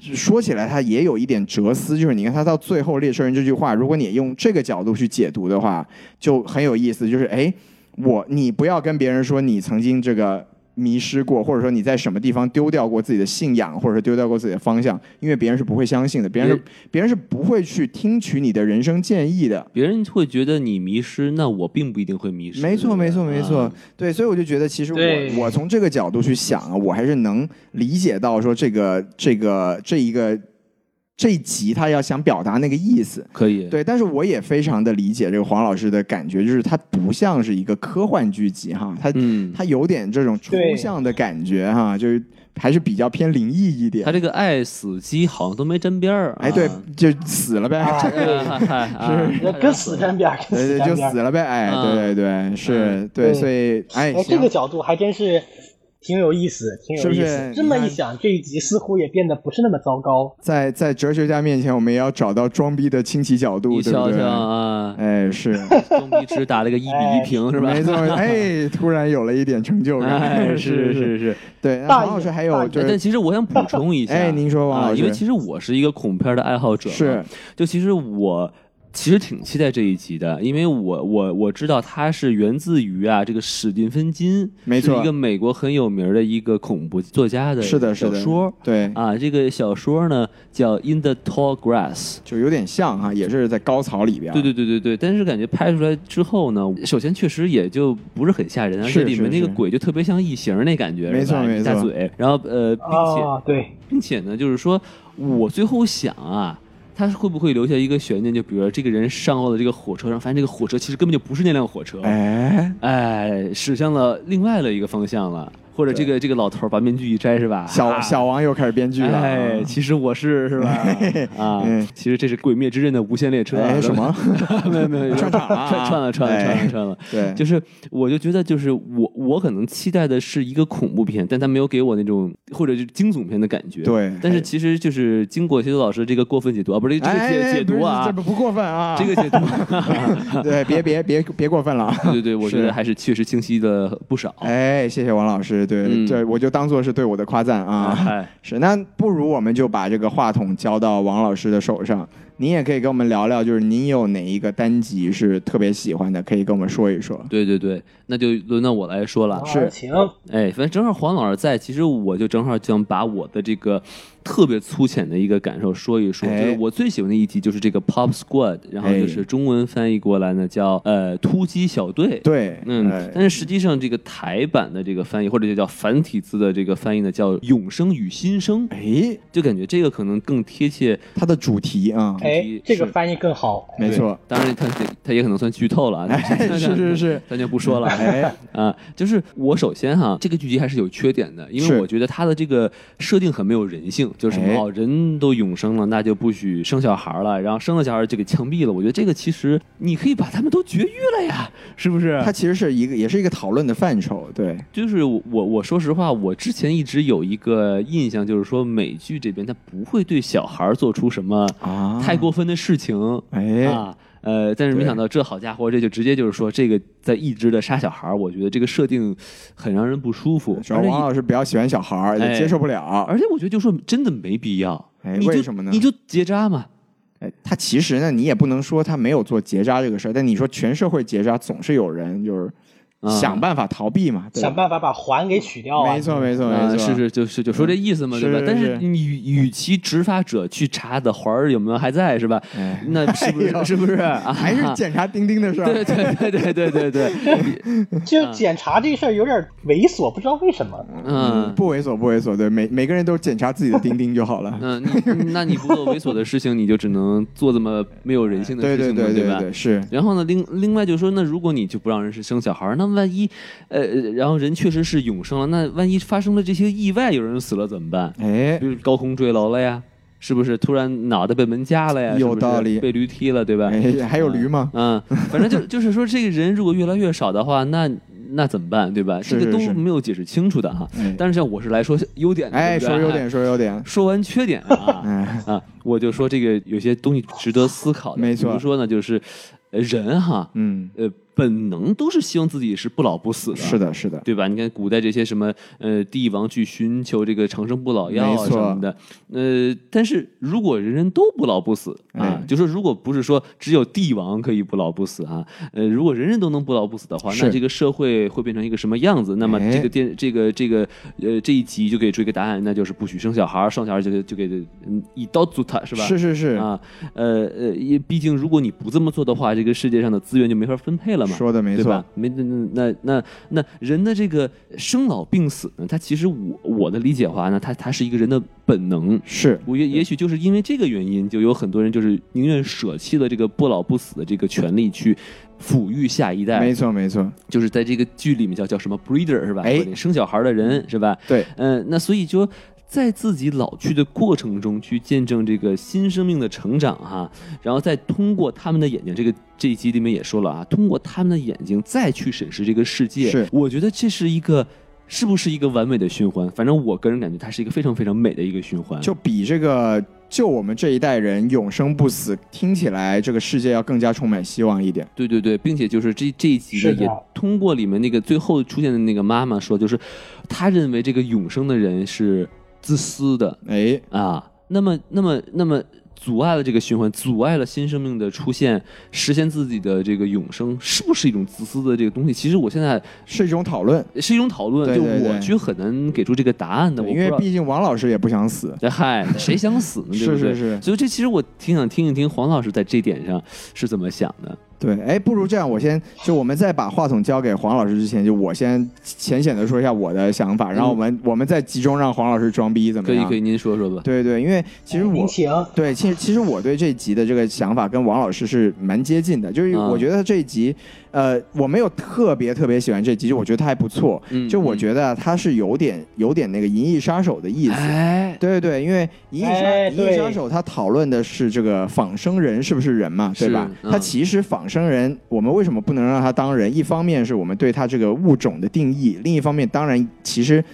说起来，他也有一点哲思，就是你看他到最后列车人这句话，如果你用这个角度去解读的话，就很有意思。就是哎，我你不要跟别人说你曾经这个。迷失过，或者说你在什么地方丢掉过自己的信仰，或者说丢掉过自己的方向，因为别人是不会相信的，别人是别人是不会去听取你的人生建议的。别人会觉得你迷失，那我并不一定会迷失。没对不对错，没错，没错。啊对，所以我就觉得，其实对我我从这个角度去想啊，我还是能理解到说这个这个这一个这一集他要想表达那个意思。可以，对，但是我也非常的理解这个黄老师的感觉，就是它不像是一个科幻剧集哈，它、嗯，它有点这种抽对象的感觉哈，就是还是比较偏灵异一点他。这个爱死机好像都没沾边儿。哎，对，就死了呗。啊，啊，对，嗨 嗨啊那呃跟死沾边儿，跟对 对，死沾就边死儿。了呗，哎，啊对对对，是，对，对所以，哎，哎，行这个角度还真是挺有意思，挺有意是不是思。这么你一看想，这一集似乎也变得不是那么糟糕。在在哲学家面前，我们也要找到装逼的清奇角度，你对不瞧对？瞧啊，哎，是，中鼻值打了个一比一平 是吧？没错， 哎，突然有了一点成就感，哎，是是是，是。对。那大黄一老师点还大有一就哎但是，其实我想补充一下，哎您说王啊老师因为其实我是一个恐怖片的爱好者，是，就其实我。其实挺期待这一集的，因为我我我知道它是源自于啊这个史蒂芬金，没错是一个美国很有名的一个恐怖作家的是的，是小的，说对，啊，这个小说呢叫《In the Tall Grass》，就有点像啊，也是在高潮里边，对对对对对，但是感觉拍出来之后呢，首先确实也就不是很吓人，而且是里面是那个是鬼就特别像异形那感觉，没是吧错没一大错哦嘴，然后呃，并且、啊，对，并且呢，就是说我最后想啊。他会不会留下一个悬念？就比如说，这个人上到了这个火车上，发现这个火车其实根本就不是那辆火车，哎，哎，驶向了另外的一个方向了。或者这个这个老头儿把面具一摘是吧？小啊小王又开始编剧了，哎，其实我是 是吧？啊嗯，其实这是《鬼灭之刃》的无限列车啊。哎什么？ 没有没有，串场了啊 串串了串了串哎了串了。对，就是我就觉得，就是我我可能期待的是一个恐怖片，但他没有给我那种或者就是惊悚片的感觉。对但是其实就是经过学修老师这个过分解读啊，不是这个哎解哎解不读是啊这，不不过分啊，这个解读， 对，别别别别过分了 啊，对对对，我觉是得还是确实清晰的不少。哎，谢谢王老师，对，哦嗯这我就当做是对我的夸赞 啊。哎是，那不如我们就把这个话筒交到王老师的手上，您也可以跟我们聊聊，就是您有哪一个单集是特别喜欢的，可以跟我们说一说。对对对，那就轮到我来说了。是情，哎，反正正好黄老师在，其实我就正好想把我的这个特别粗浅的一个感受说一说。哎就是我最喜欢的一集就是这个 Pop Squad，然后哎就是中文翻译过来呢叫呃突击小队。。对，嗯哎，但是实际上这个台版的这个翻译，或者就叫繁体字的这个翻译呢，叫《永生与新生》，哎，就感觉这个可能更贴切。它的主题啊，哎，这个翻译更好。没错，当然它，它它也可能算剧透了 啊。哎，是是是， 咱就不说了。 哎，啊，就是我首先哈，这个剧集还是有缺点的，因是为我觉得它的这个设定很没有人性，就是什么、哎哦，人都永生了，那就不许生小孩儿了，然后生了小孩儿就给枪毙了。我觉得这个其实你可以把他们都绝育了呀，是不是它？其实是一个，也是一个讨论的范畴，对，就是我我我说实话，我之前一直有一个印象，就是说美剧这边它不会对小孩儿做出什么啊太过分的事情。哎，啊，呃，但是没对想到这好家伙，这就直接就是说这个在一直的杀小孩儿，我觉得这个设定很让人不舒服，主要而且王一老师比较喜欢小孩儿，哎也接受不了。而且我觉得就说真的没必要，哎你就为什么呢你就结扎嘛，哎，他其实呢，你也不能说他没有做结扎这个事儿，但你说全社会结扎，总是有人就是啊想办法逃避嘛，对吧想办法把环给取掉啊。没错，没错，啊，没错，是是，就是就说这意思嘛，嗯对吧？是但是是你与其执法者去查的环儿有没有还在，是吧？哎那是不是 哎呦是不是啊？还是检查钉钉的事儿。对对对对对对 对，就嗯检查这事儿有点猥琐，不知道为什么。嗯。不猥琐，不猥琐，对，每每个人都检查自己的钉钉就好了。 嗯，你那你不做猥琐的事情，你就只能做这么没有人性的对事情对了，对吧？对，是，然后呢，另另外就是说，那如果你就不让人是生小孩儿，那万一，呃，然后人确实是永生了，那万一发生了这些意外，有人死了怎么办？哎比，如高空坠楼了呀，是不是？突然脑袋被门夹了呀，有是不是道理被驴踢了，对吧？哎，还有驴吗？嗯，反正就 就是说，这个人如果越来越少的话，那那怎么办，对吧？是这个都是是没有解释清楚的哈。哎但是像我是来说优点的，哎，嗯对不对说优点，说优点，说完缺点 啊哎，啊，我就说这个有些东西值得思考的，没错比如说呢，就是呃人哈，嗯，呃，本能都是希望自己是不老不死的，是，的，是的，对吧？你看古代这些什么呃帝王去寻求这个长生不老药没啊错什么的，呃，但是如果人人都不老不死啊，哎就说如果不是说只有帝王可以不老不死啊，呃，如果人人都能不老不死的话，是那这个社会会变成一个什么样子？那么哎这个电这个这个呃这一集就给出一个答案，那就是不许生小孩儿，生小孩儿就给就给嗯一刀族他是吧？是是是，啊，呃呃，也毕竟如果你不这么做的话，这个世界上的资源就没法分配了嘛。说的没对错吧，？没那那那那人的这个生老病死呢，它其实我我的理解话呢，它它是一个人的本能。是我也也许就是因为这个原因，就有很多人就是宁愿舍弃了这个不老不死的这个权利去抚育下一代。没错没错，就是在这个剧里面叫叫什么 breeder 是吧？哎生小孩的人是吧？对，嗯、那所以就在自己老去的过程中去见证这个新生命的成长哈、然后再通过他们的眼睛，这个这一集里面也说了啊，通过他们的眼睛再去审视这个世界，是我觉得这是一个。是不是一个完美的循环？反正我个人感觉它是一个非常非常美的一个循环。就比这个就我们这一代人永生不死，听起来这个世界要更加充满希望一点。对对对，并且就是这这一集呢是的也通过里面那个最后出现的那个妈妈说，就是她认为这个永生的人是自私的哎，啊，那么那么那么阻碍了这个循环，阻碍了新生命的出现，实现自己的这个永生，是不是一种自私的这个东西？其实我现在是一种讨论，是一种讨论，对对就对我其实很难给出这个答案的，对我因不知为道毕竟王老师也不想死。对，嗨，谁想死呢？对不是对是是所以这其实我挺想听一听黄老师在这点上是怎么想的。对，哎，不如这样，我先就我们在把话筒交给黄老师之前，就我先浅显的说一下我的想法，然后我们、我们再集中让黄老师装逼，怎嗯么可以样？可以，以。您说说吧。对对，因为其实我民情对，其实其实我对这一集的这个想法跟王老师是蛮接近的，就是啊我觉得这一集，呃，我没有特别特别喜欢这集，就我觉得它还不错，嗯就我嗯觉得它是有点有点那个《银翼杀手》的意思。哎，对对，因为《银翼杀、哎银翼杀对手》它讨论的是这个仿生人是不是人嘛，对是吧？嗯它其实仿生人，我们为什么不能让他当人？一方面是我们对他这个物种的定义，另一方面当然其实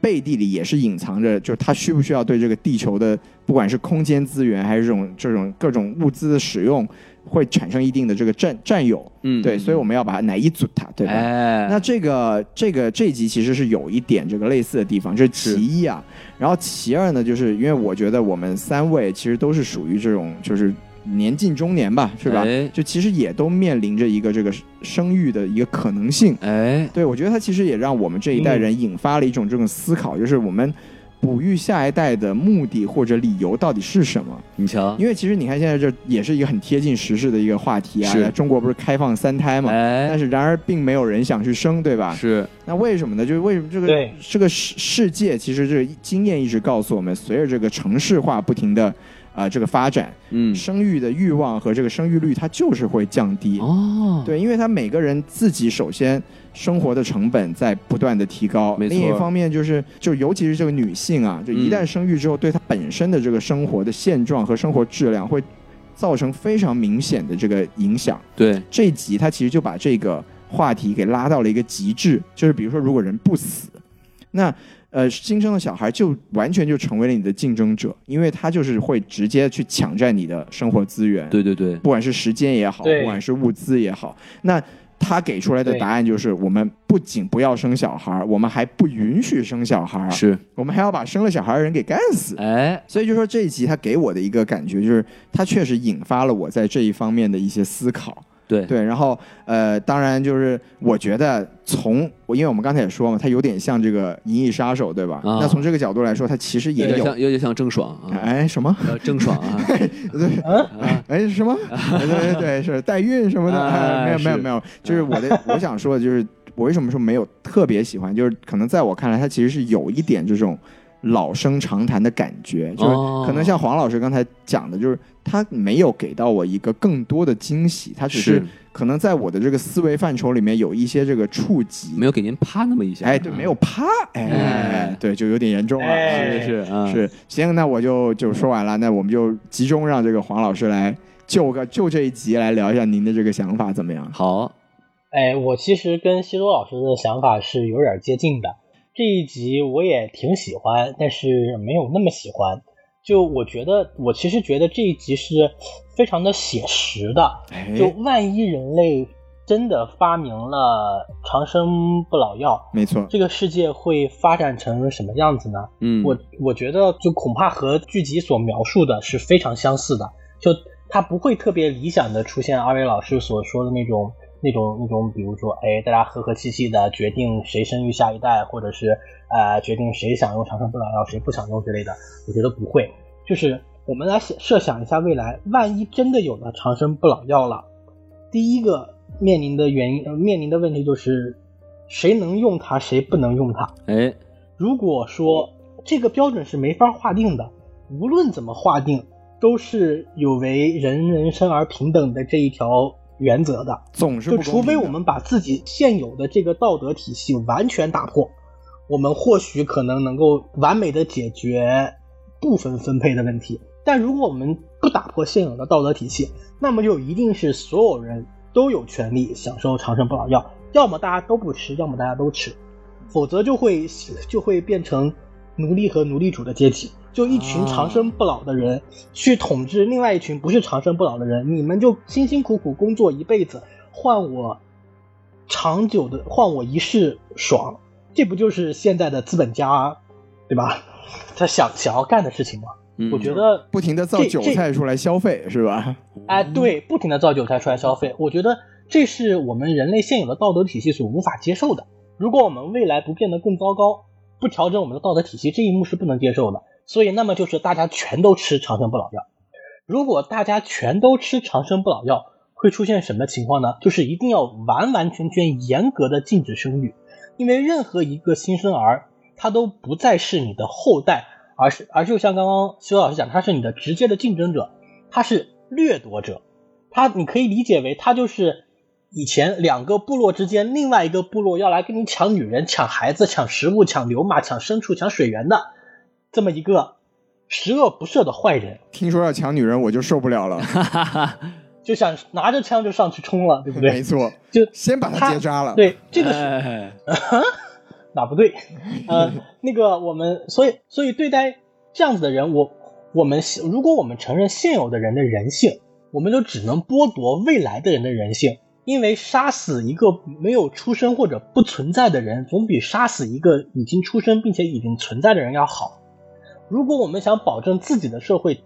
背地里也是隐藏着，就是他需不需要对这个地球的不管是空间资源还是这种这种各种物资的使用，会产生一定的这个占占有。嗯，对，所以我们要把它乃一组它，对吧？哎，那这个这个这一集其实是有一点这个类似的地方，这是是其一啊。然后其二呢，就是因为我觉得我们三位其实都是属于这种就是年近中年吧，是吧？哎就其实也都面临着一个这个生育的一个可能性。哎，对，我觉得它其实也让我们这一代嗯人引发了一种这种思考，就是我们哺育下一代的目的或者理由到底是什么？你瞧，因为其实你看现在这也是一个很贴近时事的一个话题啊是，中国不是开放三胎嘛？但哎，是然而并没有人想去生，对吧？是那为什么呢？就是为什么这个对这个世世界其实这个经验一直告诉我们，随着这个城市化不停的啊、呃这个发展，嗯，生育的欲望和这个生育率它就是会降低。哦，对，因为他每个人自己首先生活的成本在不断的提高，没错另一方面就是，就尤其是这个女性啊，就一旦嗯生育之后，对她本身的这个生活的现状和生活质量会造成非常明显的这个影响。对，这一集他其实就把这个话题给拉到了一个极致，就是比如说，如果人不死，那呃新生的小孩就完全就成为了你的竞争者，因为他就是会直接去抢占你的生活资源，对对对，不管是时间也好，对不管是物资也好，那。他给出来的对答案就是：我们不仅不要生小孩，我们还不允许生小孩，是，我们还要把生了小孩的人给干死。哎，所以就说这一集他给我的一个感觉就是，他确实引发了我在这一方面的一些思考。对对，然后呃，当然就是我觉得从我，因为我们刚才也说嘛，它有点像这个《银翼杀手》，对吧？啊那从这个角度来说，它其实有也点有像，有点像郑爽啊，哎什么？ 呃，郑爽啊，哎什么？ 对对对，是代孕什么的？啊哎、没有没有是没有，就是 我的我想说的就是，我为什么说没有特别喜欢，就是可能在我看来，它其实是有一点这种老生常谈的感觉，就是哦可能像黄老师刚才讲的，就是他没有给到我一个更多的惊喜，他只是是可能在我的这个思维范畴里面有一些这个触及，没有给您啪那么一下，啊哎，对，没有啪，哎，哎对，就有点严重了。嗯哎是是啊，是，行，那我就就说完了，那我们就集中让这个黄老师来就个就这一集来聊一下您的这个想法怎么样？好，哎，我其实跟西多老师的想法是有点接近的。这一集我也挺喜欢，但是没有那么喜欢。就我觉得，我其实觉得这一集是非常的写实的。哎，就万一人类真的发明了长生不老药，没错，这个世界会发展成什么样子呢？嗯，我我觉得就恐怕和剧集所描述的是非常相似的，就它不会特别理想的出现二位老师所说的那种那种那种，比如说，哎，大家和和气气的决定谁生育下一代，或者是呃决定谁想用长生不老药，谁不想用之类的。我觉得不会，就是我们来想设想一下未来，万一真的有了长生不老药了，第一个面临的原因、呃面临的问题就是，谁能用它，谁不能用它。哎，如果说这个标准是没法划定的，无论怎么划定，都是有违人人生而平等的这一条原则的。总是就不公除非平的我们把自己现有的这个道德体系完全打破，我们或许可能能够完美的解决部分分配的问题。但如果我们不打破现有的道德体系，那么就一定是所有人都有权利享受长生不老药，要么大家都不吃，要么大家都吃，否则就会就会变成奴隶和奴隶主的阶级，就一群啊长生不老的啊人、去统治另外一群不是长生不老的人，你们就辛辛苦苦工作一辈子，换我长久的换我一世爽，这不就是现在的资本家，对吧？他想想要干的事情吗？嗯 我觉得不停的造这韭这菜出来消费是吧？哎，对，不停的造韭菜出来消费，我觉得这是我们人类现有的道德体系所无法接受的。如果我们未来不变得更糟糕，不调整我们的道德体系，这一幕是不能接受的。所以，那么就是大家全都吃长生不老药。如果大家全都吃长生不老药，会出现什么情况呢？就是一定要完完全全严格的禁止生育，因为任何一个新生儿，他都不再是你的后代，而是而就像刚刚修老师讲，他是你的直接的竞争者，他是掠夺者，他你可以理解为他就是以前两个部落之间，另外一个部落要来跟你抢女人、抢孩子、抢食物、抢牛马、抢牲畜、抢水源的这么一个十恶不赦的坏人，听说要抢女人我就受不了了，哈哈，就想拿着枪就上去冲了，对不 没对？错，就先把他他结扎了。，对这个是哎哪不对？呃，那个我们所以所以对待这样子的人，我我们如果我们承认现有的人的人性，我们就只能剥夺未来的人的人性，因为杀死一个没有出生或者不存在的人，总比杀死一个已经出生并且已经存在的人要好。如果我们想保证自己的社会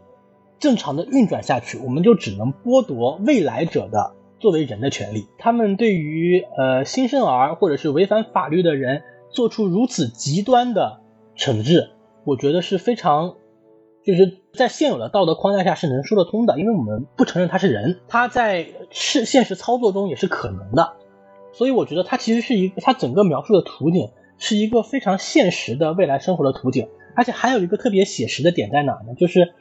正常的运转下去，我们就只能剥夺未来者的作为人的权利。他们对于呃新生儿或者是违反法律的人做出如此极端的惩治，我觉得是非常，就是在现有的道德框架下是能说得通的，因为我们不承认他是人，他在是现实操作中也是可能的。所以我觉得它其实是一个，它整个描述的图景是一个非常现实的未来生活的图景，而且还有一个特别写实的点在哪呢？就是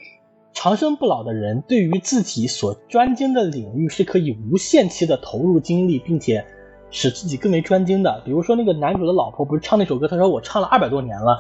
长生不老的人对于自己所专精的领域是可以无限期的投入精力，并且使自己更为专精的。比如说那个男主的老婆不是唱那首歌，他说我唱了二百多年了，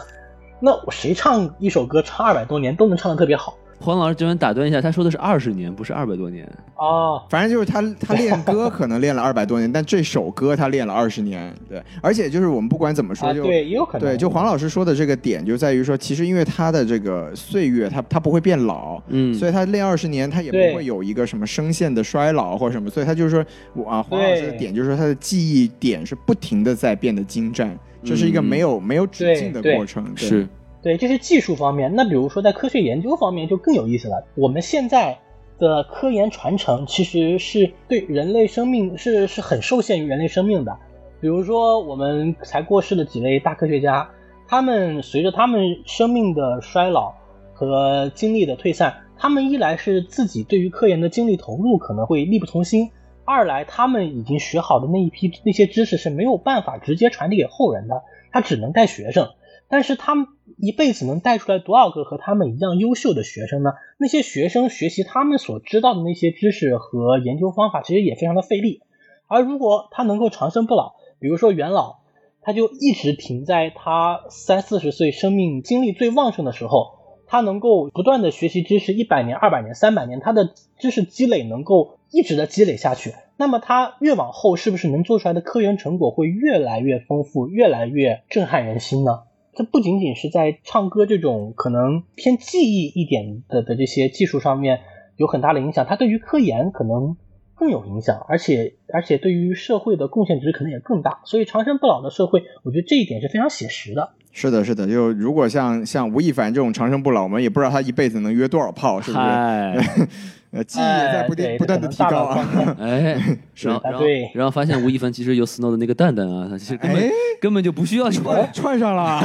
那我谁唱一首歌唱二百多年都能唱的特别好黄老师这边打断一下，他说的是二十年，不是二百多年。哦，反正就是他他练 歌可能练了二百多年，但这首歌他练了二十年。对，而且就是我们不管怎么说啊就，对，也有可能对，就黄老师说的这个点就在于说，其实因为他的这个岁月，他他不会变老，嗯，所以他练二十年，他也不对会有一个什么声线的衰老或者什么，所以他就是说，我啊，黄老师的对点就是说他的记忆点是不停的在变得精湛，这是一个没有、没有止境的嗯对过程，对是，对，这是技术方面。那比如说在科学研究方面就更有意思了。我们现在的科研传承其实是对人类生命是是很受限于人类生命的。比如说，我们才过世的几位大科学家，他们随着他们生命的衰老和精力的退散，他们一来是自己对于科研的精力投入可能会力不从心，二来他们已经学好的那一批那些知识是没有办法直接传递给后人的，他只能带学生。但是他们一辈子能带出来多少个和他们一样优秀的学生呢？那些学生学习他们所知道的那些知识和研究方法，其实也非常的费力。而如果他能够长生不老，比如说元老，他就一直停在他三四十岁生命精力最旺盛的时候，他能够不断的学习知识，一百年、二百年、三百年，他的知识积累能够一直的积累下去。那么他越往后，是不是能做出来的科研成果会越来越丰富，越来越震撼人心呢？这不仅仅是在唱歌这种可能偏技艺一点的的这些技术上面有很大的影响，它对于科研可能更有影响，而且而且对于社会的贡献值可能也更大。所以长生不老的社会，我觉得这一点是非常写实的。是的，是的，就如果像像吴亦凡这种长生不老，我们也不知道他一辈子能约多少炮，是不是？嗨， 呃，技艺也在不断哎对不断的提高 这可能大大啊方。哎，是然后然后对然后发现吴亦凡其实有 Snow 的那个蛋蛋啊，他其实根本哎根本就不需要去。哎串上 了，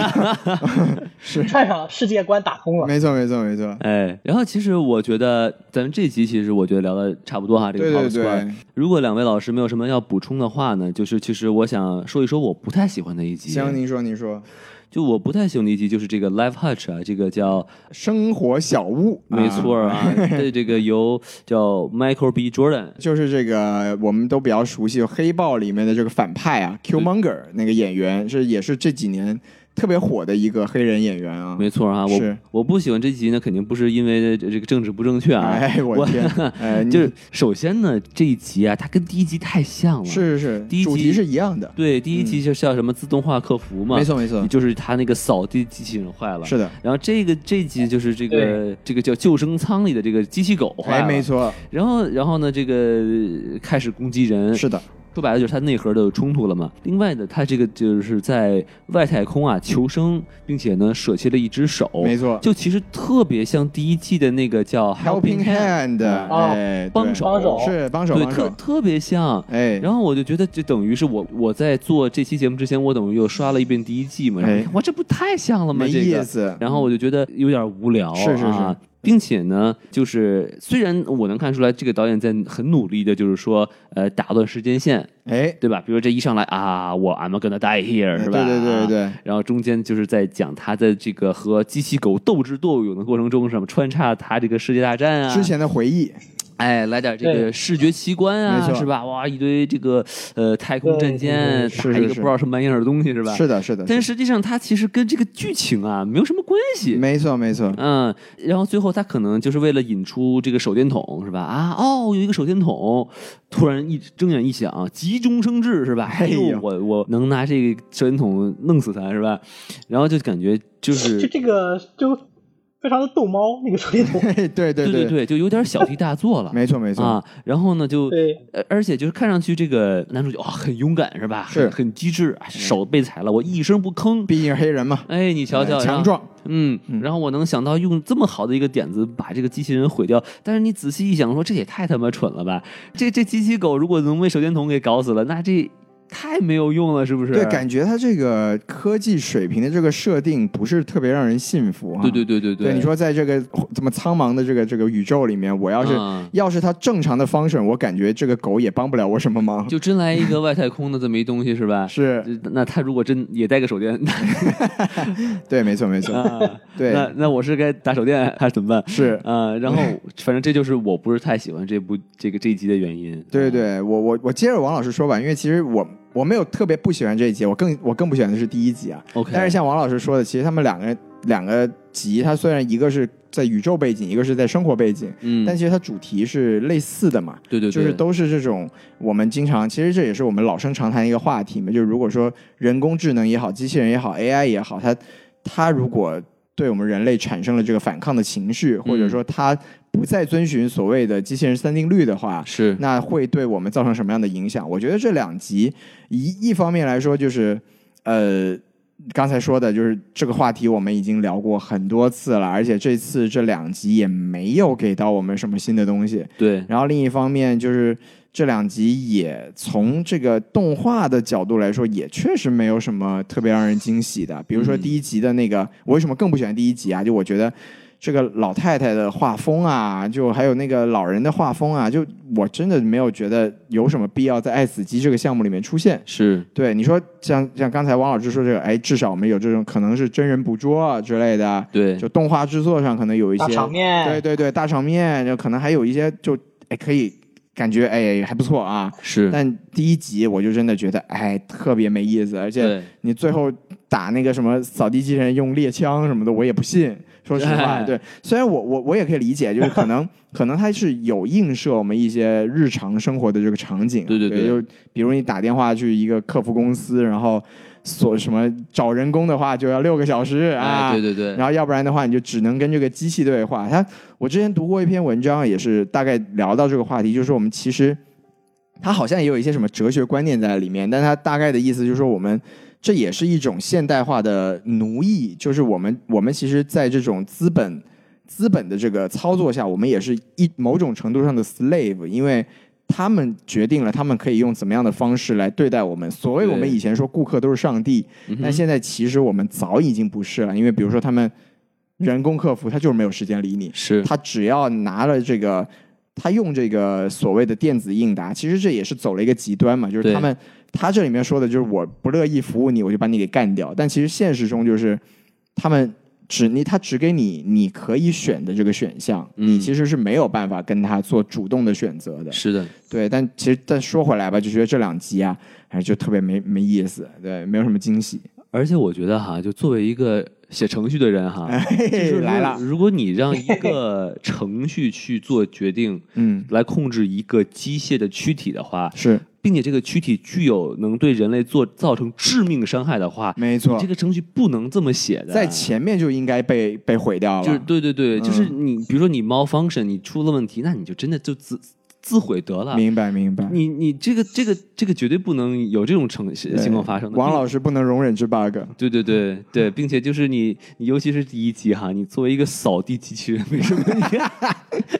串上了世界观打通了。没错，没错，没错。哎，然后其实我觉得咱们这集其实我觉得聊的差不多哈，这对个 Pop 对 Squad 对，如果两位老师没有什么要补充的话呢，就是其实我想说一说我不太喜欢的一集，行，您说，您说，就我不太喜欢的一集就是这个 Live Hutch 啊，这个叫生活小屋，没错啊儿 啊，对这个由叫 Michael B Jordan 就是这个我们都比较熟悉，就《黑豹》里面的这个反派啊，Qmonger 那个演员是也是这几年特别火的一个黑人演员啊。没错啊，我是我不喜欢这集呢，肯定不是因为这个政治不正确啊，哎，我天，哎，你就是首先呢，这一集啊，它跟第一集太像了，是是是，第一主集题是一样的，对，第一集就叫什么自动化客服嘛，嗯没错没错，就是他那个扫地机器人坏了，是的，然后这个这集就是这个这个叫救生舱里的这个机器狗坏哎，了，没。错，然后然后呢，这个开始攻击人，是的，说白了就是它内核的冲突了嘛。另外呢，它这个就是在外太空啊求生，并且呢舍弃了一只手，没错就其实特别像第一季的那个叫 Helping Hand，哦哎，对帮手帮手是帮手对，帮特手，特别像。哎，然后我就觉得，就等于是我我在做这期节目之前，我等于又刷了一遍第一季嘛，然后哎一看哇，这不太像了吗？没这个意思然后我就觉得有点无聊、啊，是是是。并且呢，就是虽然我能看出来这个导演在很努力的，就是说，呃，打乱时间线，哎，对吧？比如这一上来啊，我 I'm gonna die here，是吧？对对对对对然后中间就是在讲他在这个和机器狗斗智斗勇的过程中，什么穿插他这个世界大战啊，之前的回忆，哎，来点这个对视觉奇观啊，没错是吧？哇，一堆这个呃太空战舰对对对打是一是个是不知道什么玩意儿的东西，是吧？是的，是的，但实际上它其实跟这个剧情啊没有什么关系。没错没错，嗯，然后最后他可能就是为了引出这个手电筒，是吧？啊，哦，有一个手电筒，突然一睁眼一想，急中生智，是吧？哎哎呦，呦，我我能拿这个手电筒弄死他，是吧？然后就感觉就是就这个就非常的逗猫那个手电筒嘿， 对对对对，对，就有点小题大做了。没错没错，啊，然后呢，就对呃而且就是看上去这个男主角哇、很勇敢是吧？是嗯很很机智，啊手被踩了，我一声不吭。毕竟是黑人嘛，哎，你瞧瞧，然呃后强，壮，嗯，然后我能想到用这么好的一个点子把这个机器人毁掉，但是你仔细一想说，这也太他妈蠢了吧！这这机器狗如果能被手电筒给搞死了，那这太没有用了，是不是？对，啊感觉他这个科技水平的这个设定不是特别让人信服哈。对对对对对你说在这个这么苍茫的这个这个宇宙里面，我要是、嗯要是它正常的方式，我感觉这个狗也帮不了我什么忙。 就真来一个外太空的这么一东西是吧？ 是这，那他如果真也带个手电， 对，没错没错，那对那那我是该打手电还是怎么办？ 是。呃，然后反正这就是我不是太喜欢这部这个这一集的原因。嗯对对，我我我接着王老师说吧，因为其实我我没有特别不喜欢这一集，我更我更不喜欢的是第一集啊。 OK 但是像王老师说的，其实他们两个两个集，它虽然一个是在宇宙背景，一个是在生活背景，嗯但其实它主题是类似的嘛。对对对，就是都是这种我们经常，其实这也是我们老生常谈一个话题嘛。就是如果说人工智能也好，机器人也好，AI 也好，它它如果对我们人类产生了这个反抗的情绪，或嗯者说它不再遵循所谓的机器人三定律的话，是那会对我们造成什么样的影响？我觉得这两集一一方面来说就是，呃，刚才说的就是这个话题，我们已经聊过很多次了，而且这次这两集也没有给到我们什么新的东西。对，然后另一方面就是这两集也从这个动画的角度来说，也确实没有什么特别让人惊喜的。比如说嗯第一集的那个，我为什么更不喜欢第一集啊？就我觉得这个老太太的画风啊，就还有那个老人的画风啊，就我真的没有觉得有什么必要在爱死机这个项目里面出现。是，对，你说像像刚才王老师说这个，哎，至少我们有这种可能是真人捕捉啊之类的，对，就动画制作上可能有一大些场哎面，对对对，大场面，就可能还有一些就哎可以感觉哎还不错啊。是，但第一集我就真的觉得哎特别没意思，而且对，你最后打那个什么扫地机器人用猎枪什么的，我也不信。说实话，哎对，虽然我我我也可以理解，就是可能 可能它是有映射我们一些日常生活的这个场景，啊对对对就比如你打电话去一个客服公司，然后所什么找人工的话就要六个小时啊，哎，对对对，然后要不然的话，你就只能跟这个机器对话。它，我之前读过一篇文章，也是大概聊到这个话题，就是我们其实它好像也有一些什么哲学观念在里面，但它大概的意思就是说，我们这也是一种现代化的奴役，就是我们我们其实在这种资本资本的这个操作下，我们也是一某种程度上的 slave，因为。他们决定了，他们可以用怎么样的方式来对待我们。所谓我们对以前说顾客都是上帝，嗯哼但现在其实我们早已经不是了，因为比如说他们人工客服，他就是没有时间理你，是，他只要拿了这个，他用这个所谓的电子应答，其实这也是走了一个极端嘛，就是对他们他这里面说的就是我不乐意服务你，我就把你给干掉，但其实现实中就是他们。只你他只给你你可以选的这个选项，你嗯其实是没有办法跟他做主动的选择的。是的，对，但其实但说回来吧，就觉得这两集啊，哎，就特别没没意思，对，没有什么惊喜。而且我觉得哈，就作为一个写程序的人哈，就是哎，如来了，如果你让一个程序去做决定， 嗯，来控制一个机械的躯体的话，是并且这个躯体具有能对人类做造成致命伤害的话，没错你这，个程序不能这么写的。在前面就应该被被毁掉了。就是对对对，嗯就是你比如说你猫 function 你出了问题，那你就真的就自自毁得了。明白明白。啊你你这个这个这个绝对不能有这种情情况发生的。王并老师不能容忍这 bug，对对对对，并且就是你，你尤其是第一集哈，你作为一个扫地机器人，为 什么你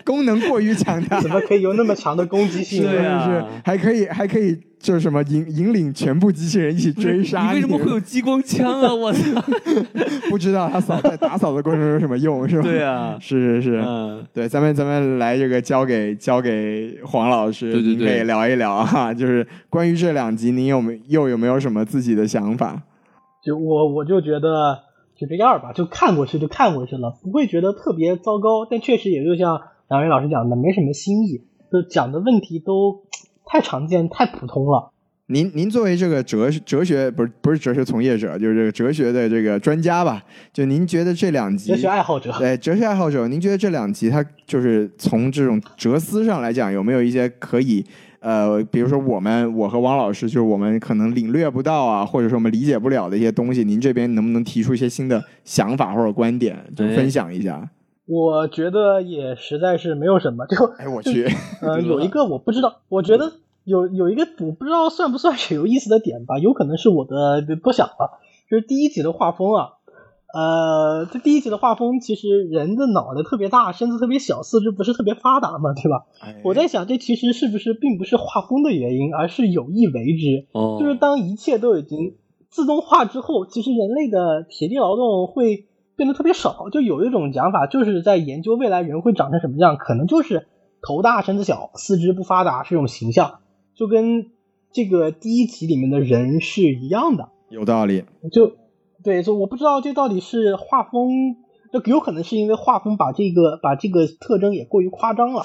功能过于强大，怎么可以有那么强的攻击性？ 对呢？啊是还可以还可以就是什么引引领全部机器人一起追嗯杀你为什么会有激光枪啊？我操！ 不知道他扫在打扫的过程中有什么用是吧？对啊是是是。 嗯，对，咱们咱们来这个交给交给黄老师，对对对您可以聊一聊啊，就是关于这两集，您有没又有没有什么自己的想法？ 就我我就觉得就这样吧，就看过去就看过去了，不会觉得特别糟糕。但确实也就像两位老师讲的，没什么新意，就讲的问题都太常见、太普通了。您您作为这个哲哲学不是不是哲学从业者，就是这个哲学的这个专家吧？就您觉得这两集哲学爱好者，对哲学爱好者，您觉得这两集它就是从这种哲思上来讲，有没有一些可以呃，比如说我们我和王老师，就是我们可能领略不到啊，或者说我们理解不了的一些东西，您这边能不能提出一些新的想法或者观点，就哎分享一下？我觉得也实在是没有什么。就哎，我 去，呃，有一个我不知道，我觉得有有一个我不知道算不算是有意思的点吧，有可能是我的多想了。就是第一集的画风啊，呃，这第一集的画风其实人的脑袋特别大，身子特别小，四肢不是特别发达嘛，对吧？哎我在想，这其实是不是并不是画风的原因，而是有意为之。哦，就是当一切都已经自动化之后，其实人类的体力劳动会变得特别少。就有一种讲法，就是在研究未来人会长成什么样，可能就是头大身子小、四肢不发达这种形象，就跟这个第一集里面的人是一样的。有道理，就对，就我不知道这到底是画风，就有可能是因为画风把这个把这个特征也过于夸张了。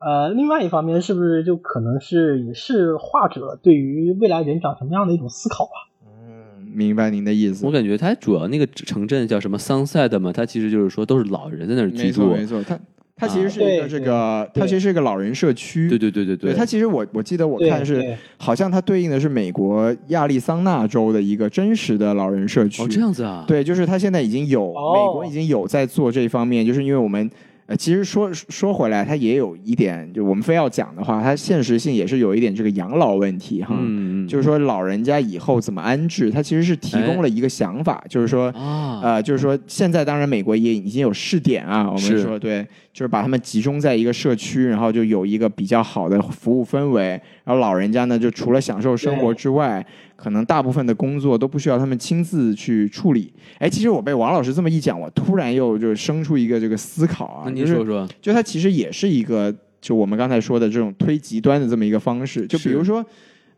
呃，另外一方面，是不是就可能是也是画者对于未来人长什么样的一种思考吧？嗯，明白您的意思我。感觉它主要那个城镇叫什么 Sunset 嘛，它其实就是说都是老人在那儿居没错住。没错，它它其实是一啊对个这对个，它对其实是一个老人社区，对对对对哦对它其实我我记得我对看是对好像它对应的是美国亚利桑那州的一个真实的老人社区。哦，这样子啊。对，就是它现在已经有、哦美国已经有在做这方面，就是因为我们呃，其实说说回来，它也有一点，就我们非要讲的话，它现实性也是有一点这个养老问题哈。嗯，哎就是说老人家以后怎么安置，它其实是提供了一个想法，就是说，啊，呃，就是说现在当然美国也已经有试点啊，我是们说对，就是把他们集中在一个社区，然后就有一个比较好的服务氛围，然后老人家呢就除了享受生活之外，可能大部分的工作都不需要他们亲自去处理。哎，其实我被王老师这么一讲，我突然又就生出一个这个思考啊，那就您是说说，就它其实也是一个，就我们刚才说的这种推极端的这么一个方式。就比如说，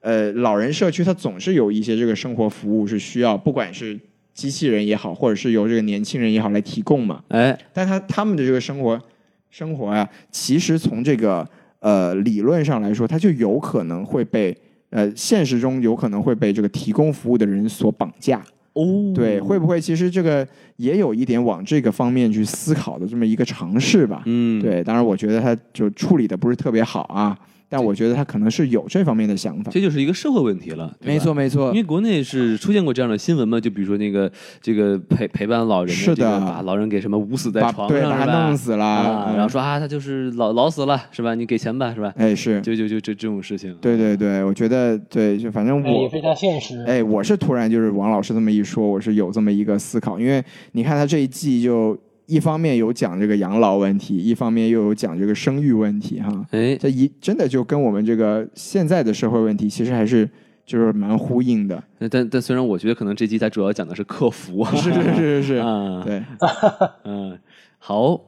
呃，老人社区它总是有一些这个生活服务是需要，不管是机器人也好，或者是由这个年轻人也好来提供嘛。哎，但他他们的这个生活生活啊，其实从这个呃理论上来说，它就有可能会被呃现实中有可能会被这个提供服务的人所绑架。嗯哦，对，会不会其实这个也有一点往这个方面去思考的这么一个尝试吧？嗯，，对，当然我觉得他就处理的不是特别好啊，但我觉得他可能是有这方面的想法。这就是一个社会问题了，对吧没错，。没错因，为国内是出现过这样的新闻嘛，就比如说那个这个陪陪伴老人是的这个把老人给什么捂死在把床对上把是他吧？弄死了，啊，嗯然后说啊，他就是老老死了是吧？你给钱吧是吧？哎是，就就就这这种事情，对对对，我觉得对，就反正哎也我。非常现实。哎，我是突然就是王老师这么一说，我是有这么一个思考，因为你看他这一季就一方面有讲这个养老问题，一方面又有讲这个生育问题哈，哎，这一真的就跟我们这个现在的社会问题其实还是就是蛮呼应的，那但但虽然我觉得可能这集它主要讲的是客服啊，是是是是，啊，对，嗯，好，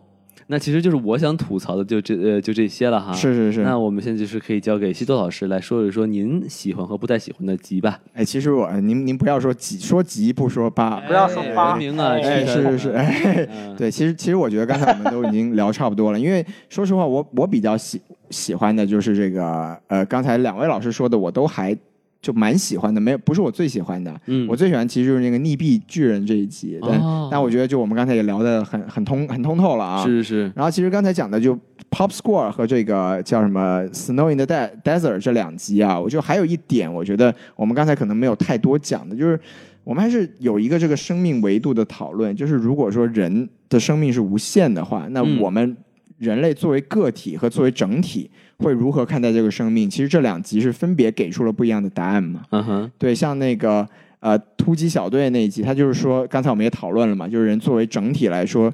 那其实就是我想吐槽的就这呃就这些了哈，是是是。那我们现在就是可以交给西多老师来说一说您喜欢和不太喜欢的集吧。哎，其实我您您不要说急，说急不说八，不要说八人名啊，哎哎，这是个是是，哎，嗯对，其实其实我觉得刚才我们都已经聊差不多了，因为说实话，我我比较喜喜欢的就是这个，呃，刚才两位老师说的，我都还就蛮喜欢的，没有不是我最喜欢的，嗯我最喜欢其实就是那个逆毙巨人这一集，但、哦但我觉得就我们刚才也聊的很很通很通透了啊，是是然后其实刚才讲的就 Pop Score 和这个叫什么 Snow in the De- Desert 这两集啊，我就还有一点，我觉得我们刚才可能没有太多讲的，就是我们还是有一个这个生命维度的讨论，就是如果说人的生命是无限的话，那嗯我们人类作为个体和作为整体会如何看待这个生命？其实这两集是分别给出了不一样的答案嘛。嗯哼，对，像那个呃突击小队那一集，他就是说，刚才我们也讨论了嘛，就是人作为整体来说，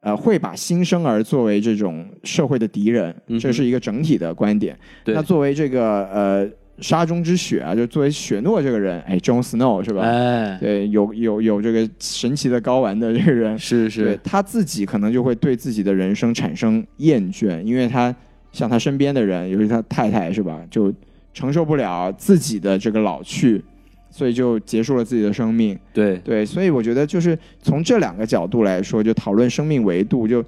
呃，会把新生儿作为这种社会的敌人，嗯这哼是一个整体的观点。对那作为这个呃沙中之雪啊，就作为雪诺这个人，哎，Jon Snow 是吧？哎，对，有有有这个神奇的睾丸的这个人，是对是，他自己可能就会对自己的人生产生厌倦，因为他像他身边的人，尤其他太太是吧，就承受不了自己的这个老去，所以就结束了自己的生命。对，对，所以我觉得就是从这两个角度来说，就讨论生命维度，就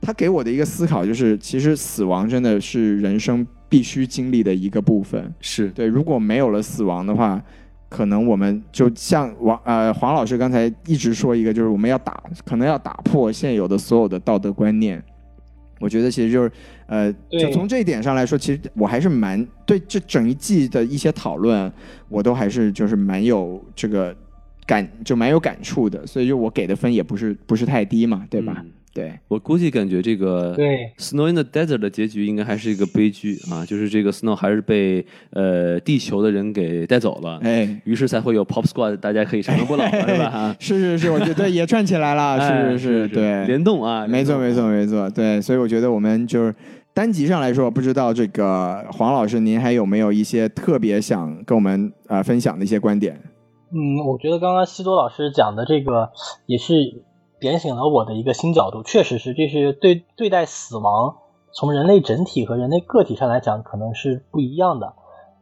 他给我的一个思考就是，其实死亡真的是人生必须经历的一个部分。是对，如果没有了死亡的话，可能我们就像王呃黄老师刚才一直说一个，就是我们要打，可能要打破现有的所有的道德观念。我觉得其实就是，呃，就对从这一点上来说，其实我还是蛮对这整一季的一些讨论，我都还是就是蛮有这个感，就蛮有感触的，所以就我给的分也不是不是太低嘛，对吧？嗯对，我估计感觉这个对， Snow in the Desert 的结局应该还是一个悲剧啊，就是这个 Snow 还是被呃地球的人给带走了，哎，于是才会有 Pop Squad，大家可以长生不老了，是吧？ 啊是是是，我觉得对也串起来了，哎啊 是是，对，联动啊，没错，联动没错，没错。对，所以我觉得我们就是单集上来说，不知道这个黄老师您还有没有一些特别想跟我们呃分享的一些观点？嗯，我觉得刚刚西多老师讲的这个也是点醒了我的一个新角度，确实是，这是对对待死亡，从人类整体和人类个体上来讲，可能是不一样的。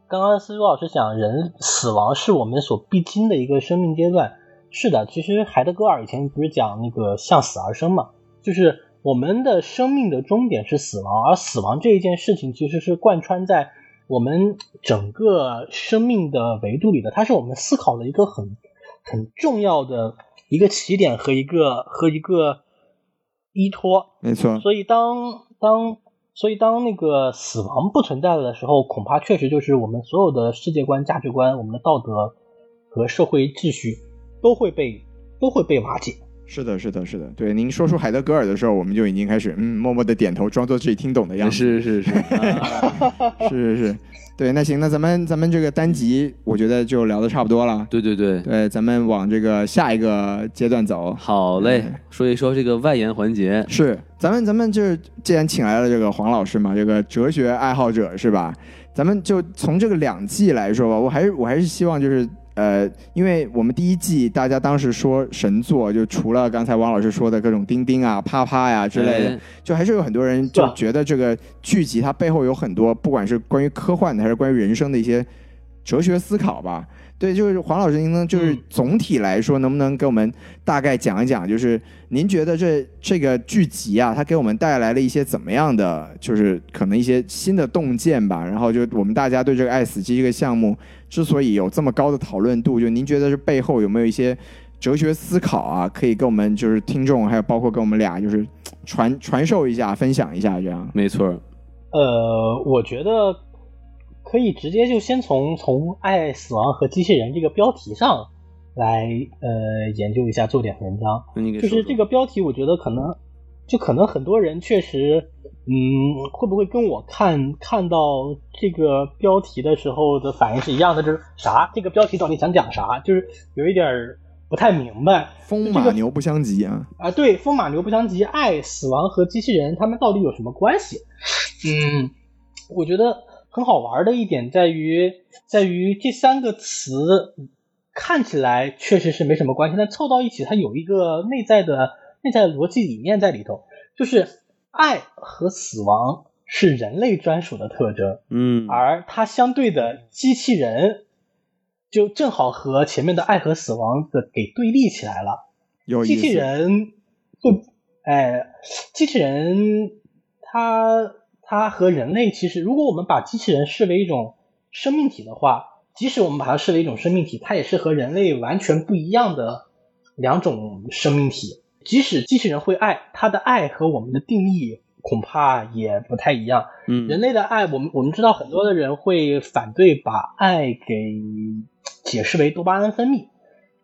刚刚西多老师讲，人死亡是我们所必经的一个生命阶段。是的，其实海德格尔以前不是讲那个向死而生嘛，就是我们的生命的终点是死亡，而死亡这一件事情其实是贯穿在我们整个生命的维度里的，它是我们思考的一个很很重要的一个起点和一个和一个依托。没错，所以当当所以当那个死亡不存在了的时候，恐怕确实就是我们所有的世界观、价值观、我们的道德和社会秩序都会被都会被瓦解。是的，是的，是的，对。您说出海德格尔的时候，我们就已经开始嗯，默默的点头，装作自己听懂的样子。是是 是，啊是是是，对。那行，那咱们咱们这个单集，我觉得就聊的差不多了。对对对，对，咱们往这个下一个阶段走。好嘞，说一说这个外延环节，是，咱们咱们就是既然请来了这个黄老师嘛，这个哲学爱好者是吧？咱们就从这个两季来说吧，我还是我还是希望就是呃，因为我们第一季大家当时说神作，就除了刚才王老师说的各种钉钉啊、啪啪呀、之类的，哎就还是有很多人就觉得这个剧集它背后有很多，不管是关于科幻的还是关于人生的一些哲学思考吧。对，就是黄老师，您能就是嗯总体来说，能不能给我们大概讲一讲，就是您觉得这这个剧集啊，它给我们带来了一些怎么样的，就是可能一些新的洞见吧？然后就我们大家对这个爱死机这个项目之所以有这么高的讨论度，就您觉得这背后有没有一些哲学思考啊，可以跟我们就是听众，还有包括跟我们俩就是传传授一下、分享一下这样？没错儿，呃，我觉得可以直接就先从从“爱、死亡和机器人”这个标题上来呃研究一下，做点文章。那你给就说是说这个标题，我觉得可能就可能很多人确实，嗯，会不会跟我看看到这个标题的时候的反应是一样的？就是啥？这个标题到底想讲啥？就是有一点儿不太明白。风这马个牛不相及啊！啊，对，风马牛不相及，爱、死亡和机器人他们到底有什么关系？嗯，我觉得很好玩的一点在于，在于这三个词看起来确实是没什么关系，但凑到一起，它有一个内在的内在的逻辑理念在里头，就是爱和死亡是人类专属的特征，嗯，而它相对的机器人就正好和前面的爱和死亡的给对立起来了。有意机思，器人会，哎，机器人它它和人类其实，如果我们把机器人视为一种生命体的话，即使我们把它视为一种生命体，它也是和人类完全不一样的两种生命体。即使机器人会爱，它的爱和我们的定义恐怕也不太一样。嗯人类的爱，我们我们知道很多的人会反对把爱给解释为多巴胺分泌，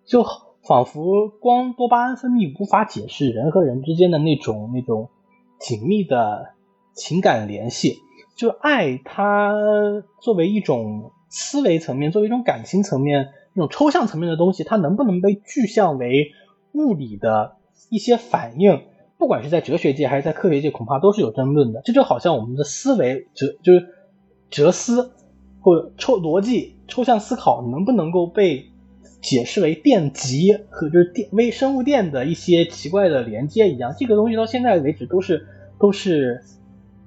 就仿佛光多巴胺分泌无法解释人和人之间的那种那种紧密的情感联系。就爱，它作为一种思维层面，作为一种感情层面、一种抽象层面的东西，它能不能被具象为物理的一些反应？不管是在哲学界还是在科学界，恐怕都是有争论的。这就好像我们的思维哲就是哲思或者抽逻辑抽象思考能不能够被解释为电极和就是电微生物电的一些奇怪的连接一样，这个东西到现在为止都是都是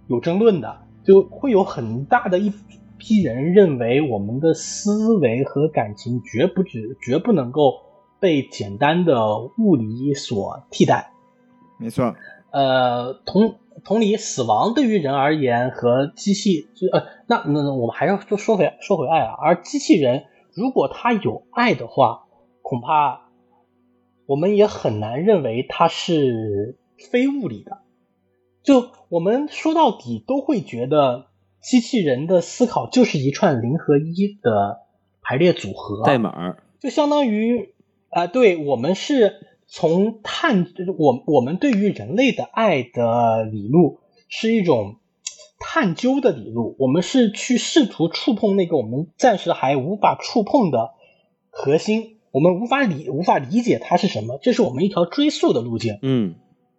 有争论的，就会有很大的一批人认为我们的思维和感情绝不只绝不能够被简单的物理所替代。没错，呃，同同理，死亡对于人而言和机器，就呃，那那那我们还要说说回说回爱啊。而机器人如果它有爱的话，恐怕我们也很难认为它是非物理的。就我们说到底都会觉得，机器人的思考就是一串零和一的排列组合，啊代码儿，就相当于啊、对我们是从探，就是我我们对于人类的爱的理路是一种探究的理路，我们是去试图触碰那个我们暂时还无法触碰的核心，我们无法理无法理解它是什么，这是我们一条追溯的路径。嗯，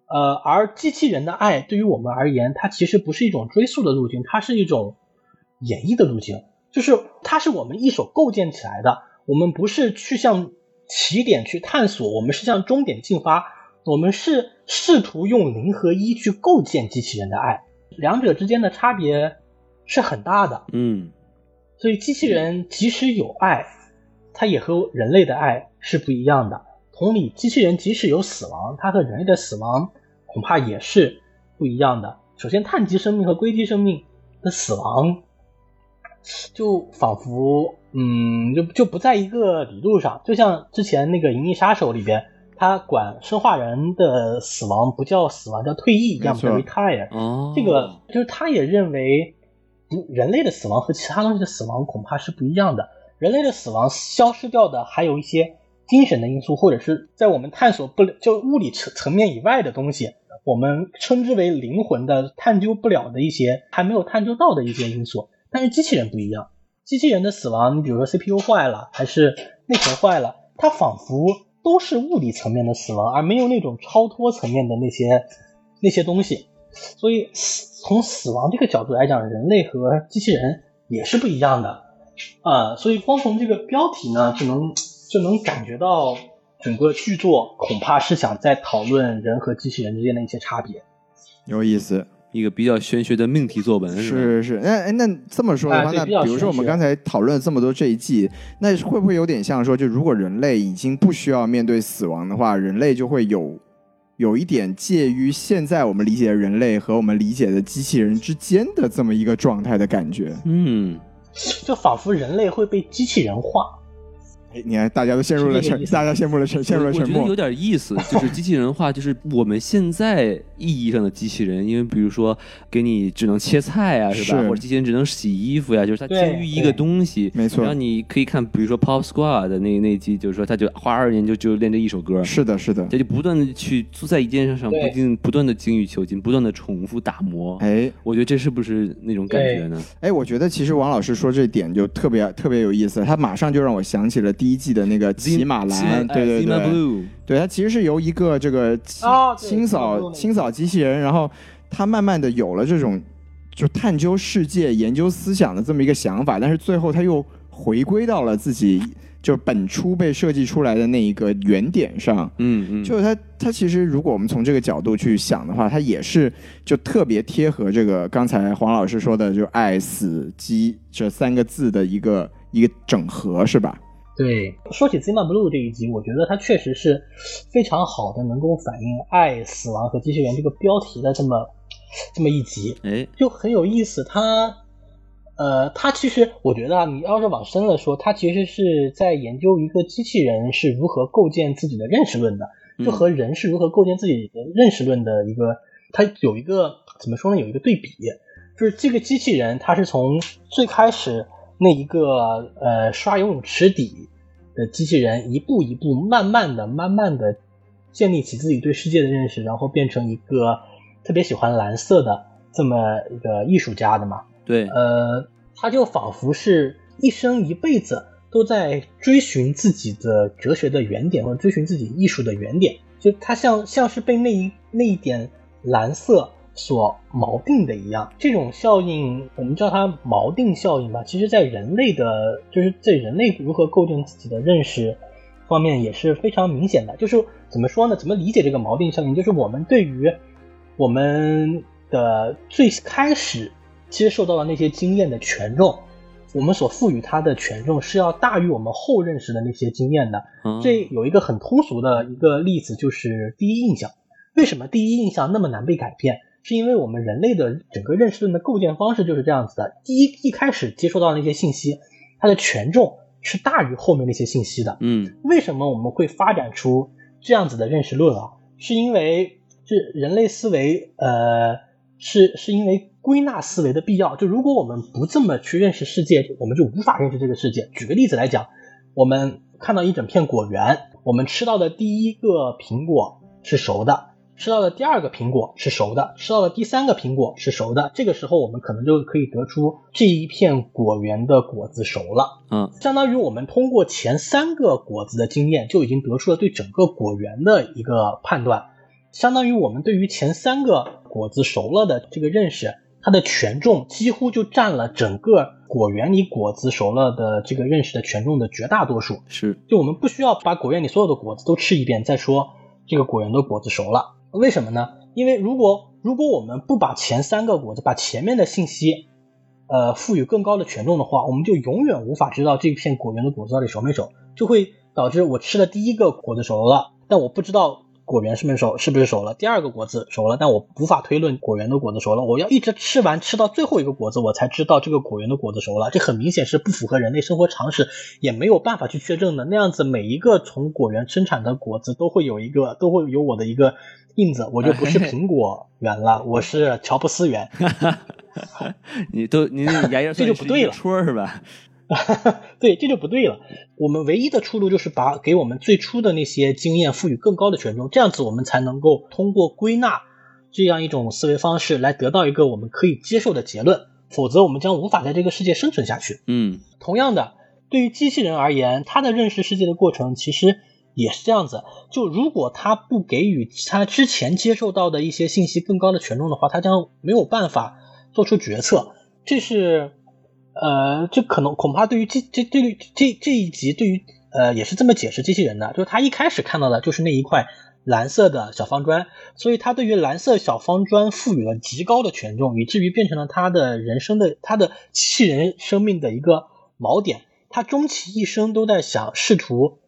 呃，而机器人的爱对于我们而言，它其实不是一种追溯的路径，它是一种演绎的路径，就是它是我们一手构建起来的。我们不是去向起点去探索，我们是向终点进发，我们是试图用零和一去构建机器人的爱，两者之间的差别是很大的。嗯，所以机器人即使有爱，它也和人类的爱是不一样的。同理，机器人即使有死亡，它和人类的死亡恐怕也是不一样的。首先，碳基生命和硅基生命的死亡，就仿佛嗯，就就不在一个理路上。就像之前那个《银翼杀手》里边，他管生化人的死亡不叫死亡，叫退役一样，没叫错 retire。哦，这个就是他也认为，不人类的死亡和其他东西的死亡恐怕是不一样的。人类的死亡消失掉的还有一些精神的因素，或者是在我们探索不了就物理层层面以外的东西，我们称之为灵魂的探究不了的一些还没有探究到的一些因素。但是机器人不一样，机器人的死亡，你比如说 CPU 坏了，还是内核坏了，它仿佛都是物理层面的死亡，而没有那种超脱层面的那些那些东西。所以死从死亡这个角度来讲，人类和机器人也是不一样的啊、所以光从这个标题呢，就能就能感觉到整个剧作恐怕是想在讨论人和机器人之间的一些差别。有意思。一个比较玄学的命题作文吧是是，那哎那这么说的话，哎对那比较比如说我们玄学刚才讨论这么多这一季，那会不会有点像说，就如果人类已经不需要面对死亡的话，人类就会有有一点介于现在我们理解的人类和我们理解的机器人之间的这么一个状态的感觉？嗯，就仿佛人类会被机器人化。 哎，你看，大家都陷入了是这沉个意，思大家陷入了沉，陷入我了我沉觉得有默。点意 思，就是机器人化，就是我们现在意义上的机器人，因为比如说给你只能切菜啊，是吧？是或者机器人只能洗衣服呀、就是它对基于一个对东西，没错然后你可以看，比如说 Pop Squad 的那那一集，就是说他就花二十年就就练这一首歌，是的，是的。他就不断的去在一件事上对不断不断的精益求精，不断的重复打磨。哎，我觉得这是不是那种感觉呢？哎，我觉得其实王老师说这点就特别特别有意思，他马上就让我想起了第一季的那个骑马哎兰，对对，Zima 对， Blue，对，它其实是由一个这个清啊对清骑马 Blue 那扫个清扫机器人，然后他慢慢的有了这种就探究世界、研究思想的这么一个想法，但是最后他又回归到了自己就本初被设计出来的那一个原点上，嗯嗯，就是它，它其实如果我们从这个角度去想的话，它也是就特别贴合这个刚才黄老师说的，就爱、死、机这三个字的一个一个整合，是吧？对，说起《Zima Blue》这一集，我觉得它确实是非常好的，能够反映爱、死亡和机器人这个标题的这么这么一集，哎，就很有意思。它，呃，它其实我觉得啊，你要是往深了说，它其实是在研究一个机器人是如何构建自己的认识论的，嗯就和人是如何构建自己的认识论的一个，它有一个怎么说呢？有一个对比，就是这个机器人，它是从最开始那一个呃刷游泳池底的机器人，一步一步慢慢的、慢慢的建立起自己对世界的认识，然后变成一个特别喜欢蓝色的这么一个艺术家的嘛。对，呃，他就仿佛是一生一辈子都在追寻自己的哲学的原点，或者追寻自己艺术的原点。就他像像是被那一那一点蓝色所锚定的一样。这种效应，我们叫它锚定效应吧。其实，在人类的，就是在人类如何构建自己的认识方面也是非常明显的。就是怎么说呢？怎么理解这个锚定效应？就是我们对于我们的最开始接受到的那些经验的权重，我们所赋予它的权重是要大于我们后认识的那些经验的。啊这有一个很通俗的一个例子，就是第一印象。为什么第一印象那么难被改变？是因为我们人类的整个认识论的构建方式就是这样子的：第一一开始接收到的那些信息，它的权重是大于后面那些信息的。嗯为什么我们会发展出这样子的认识论啊？是因为是人类思维，呃，是是因为归纳思维的必要。就如果我们不这么去认识世界，我们就无法认识这个世界。举个例子来讲，我们看到一整片果园，我们吃到的第一个苹果是熟的。吃到的第二个苹果是熟的，吃到的第三个苹果是熟的，这个时候我们可能就可以得出这一片果园的果子熟了。啊相当于我们通过前三个果子的经验，就已经得出了对整个果园的一个判断。相当于我们对于前三个果子熟了的这个认识，它的权重几乎就占了整个果园里果子熟了的这个认识的权重的绝大多数。是就我们不需要把果园里所有的果子都吃一遍，再说这个果园的果子熟了。为什么呢？因为如果如果我们不把前三个果子，把前面的信息，呃，赋予更高的权重的话，我们就永远无法知道这片果园的果子到底熟没熟，就会导致我吃了第一个果子熟了，但我不知道果园是不是熟，是不是熟了。第二个果子熟了，但我无法推论果园的果子熟了。我要一直吃完，吃到最后一个果子，我才知道这个果园的果子熟了。这很明显是不符合人类生活常识，也没有办法去确证的。那样子，每一个从果园生产的果子都会有一个，都会有我的一个印子，我就不 是苹果园了，我是乔布斯园。你都你那牙印 这就不对了戳儿是吧？对，这就不对了。我们唯一的出路就是把给我们最初的那些经验赋予更高的权重，这样子我们才能够通过归纳这样一种思维方式来得到一个我们可以接受的结论，否则我们将无法在这个世界生存下去。嗯同样的，对于机器人而言，它的认识世界的过程其实也是这样子。就如果它不给予它之前接受到的一些信息更高的权重的话，它将没有办法做出决策。这是，呃，这可能恐怕对于机这对于这这一集对于呃也是这么解释机器人的，就是他一开始看到的就是那一块蓝色的小方砖，所以他对于蓝色小方砖赋予了极高的权重，以至于变成了他的人生的他的机器人生命的一个锚点。他终其一生都在想试图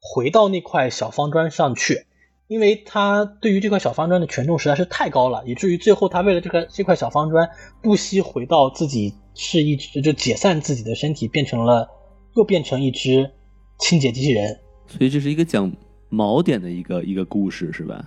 回到那块小方砖上去，因为他对于这块小方砖的权重实在是太高了，以至于最后他为了这个这块小方砖不惜回到自己是一只就解散自己的身体，变成了又变成一只清洁机器人。所以这是一个讲锚点的一个一个故事，是吧？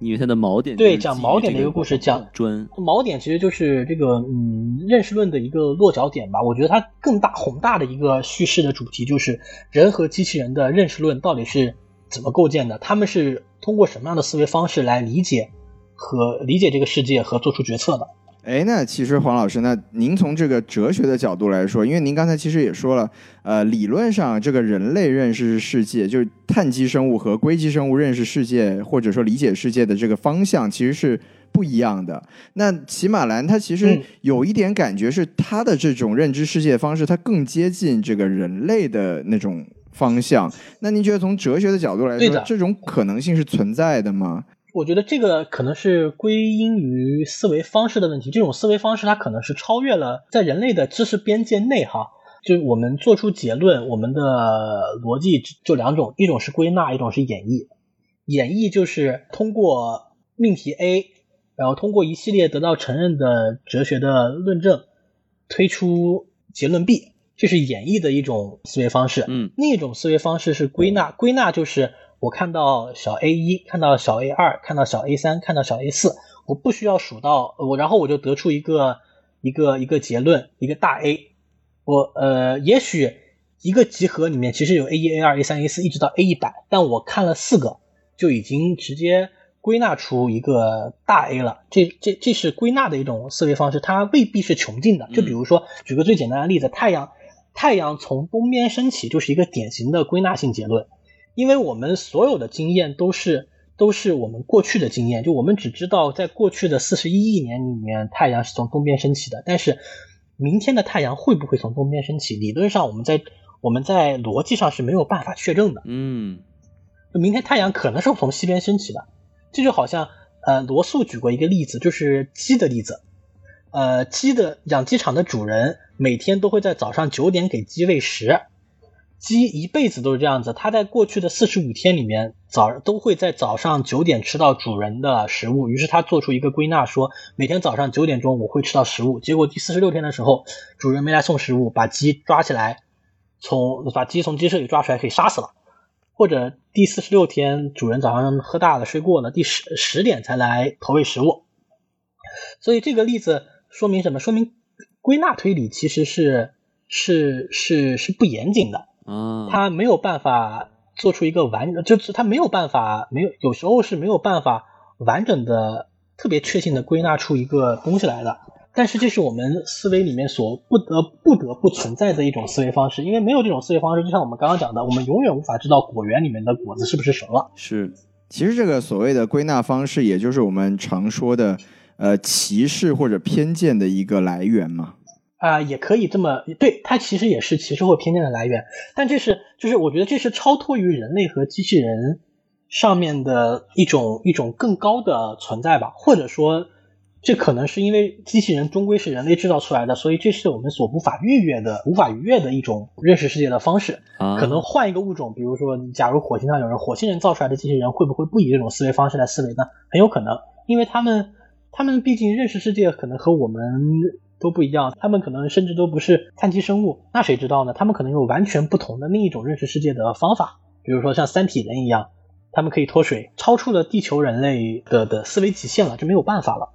因为它的锚点对就是讲基于锚点的这一个故事讲砖，锚呃点其实就是这个嗯认识论的一个落脚点吧。我觉得它更大宏大的一个叙事的主题就是人和机器人的认识论到底是怎么构建的，他们是通过什么样的思维方式来理解和理解这个世界和做出决策的。哎，那其实黄老师，那您从这个哲学的角度来说，因为您刚才其实也说了，呃，理论上这个人类认识世界，就是碳基生物和硅基生物认识世界或者说理解世界的这个方向其实是不一样的。那骑马兰它其实嗯有一点感觉是它的这种认知世界方式，它更接近这个人类的那种方向。那您觉得从哲学的角度来对说的，这种可能性是存在的吗？我觉得这个可能是归因于思维方式的问题。这种思维方式它可能是超越了在人类的知识边界内哈，就是我们做出结论，我们的逻辑只就两种，一种是归纳，一种是演绎。演绎就是通过命题 A，然后通过一系列得到承认的哲学的论证，推出结论 B，这是演绎的一种思维方式。嗯另一种思维方式是归纳，归纳就是我看到小 A 一，看到小 A 二，看到小 A 三，看到小 A 四，我不需要数到呃我，然后我就得出一个一个一个结论，一个大 A。我呃，也许一个集合里面其实有 A 一、A 二、A 三、A 四，一直到 A 一百，但我看了四个，就已经直接归纳出一个大 A 了。这这这是归纳的一种思维方式，它未必是穷尽的。就比如说，举个最简单的例子，太阳太阳从东边升起就是一个典型的归纳性结论，因为我们所有的经验都是。都是我们过去的经验，就我们只知道在过去的四十一亿年里面，太阳是从东边升起的，但是明天的太阳会不会从东边升起，理论上我们在我们在逻辑上是没有办法确证的。嗯就明天太阳可能是从西边升起的。这就好像呃，罗素举过一个例子，就是鸡的例子。呃，鸡的养鸡场的主人每天都会在早上九点给鸡喂食，鸡一辈子都是这样子。它在过去的四十五天里面，早都会在早上九点吃到主人的食物。于是他做出一个归纳说，每天早上九点钟我会吃到食物。结果第四十六天的时候，主人没来送食物，把鸡抓起来，从把鸡从鸡舍里抓出来给杀死了。或者第四十六天主人早上喝大了睡过了，第十十点才来投喂食物。所以这个例子说明什么？说明归纳推理其实是是是是不严谨的，啊，它没有办法做出一个完，就是它没有办法没有有时候是没有办法完整的、特别确信的归纳出一个东西来的。但是这是我们思维里面所不得不得不存在的一种思维方式，因为没有这种思维方式，就像我们刚刚讲的，我们永远无法知道果园里面的果子是不是熟了。是其实这个所谓的归纳方式，也就是我们常说的呃歧视或者偏见的一个来源嘛。啊、也可以这么对，它其实也是歧视或偏见的来源，但这是就是我觉得这是超脱于人类和机器人上面的一种一种更高的存在吧，或者说这可能是因为机器人终归是人类制造出来的，所以这是我们所无法逾越的、无法逾越的一种认识世界的方式。啊，可能换一个物种，比如说，假如火星上有人，火星人造出来的机器人会不会不以这种思维方式来思维呢？很有可能，因为他们他们毕竟认识世界可能和我们都不一样，他们可能甚至都不是碳基生物，那谁知道呢？他们可能有完全不同的另一种认识世界的方法，比如说像三体人一样，他们可以脱水，超出了地球人类的的思维极限了，这没有办法了。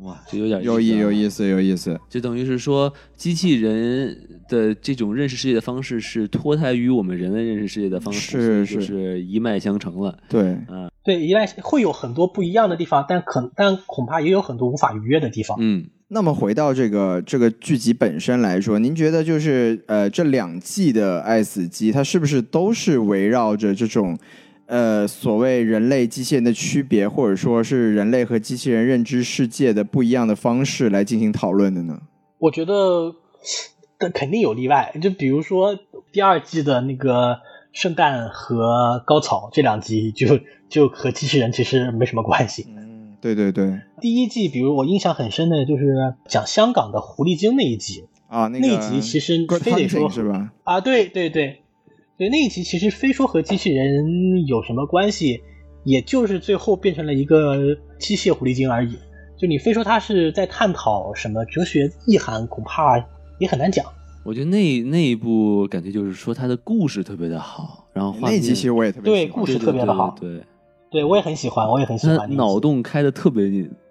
哇，这有点有意思啊有意思有意思，就等于是说，机器人的这种认识世界的方式是脱胎于我们人类认识世界的方式，是所以就是是一脉相承了。对，对，依赖会有很多不一样的地方，但可但恐怕也有很多无法逾越的地方。嗯，那么回到这个这个剧集本身来说，您觉得就是呃这两季的《爱死机》，它是不是都是围绕着这种呃所谓人类机器人的区别，或者说是人类和机器人认知世界的不一样的方式来进行讨论的呢？我觉得但肯定有例外，就比如说第二季的那个圣诞和高潮这两集就，就和机器人其实没什么关系。嗯，对对对，第一季，比如我印象很深的就是讲香港的狐狸精那一集啊，那个那集其实 Good 非得说 Hunting 是吧？啊，对对对，对那一集其实非说和机器人有什么关系，也就是最后变成了一个机械狐狸精而已。就你非说它是在探讨什么哲学意涵，恐怕也很难讲。我觉得那那一部感觉就是说它的故事特别的好，然后画那面集其实我也特别对喜欢故事特别的好对对对对我也很喜欢，我也很喜对，它欢那嗯一脑集。洞开的特别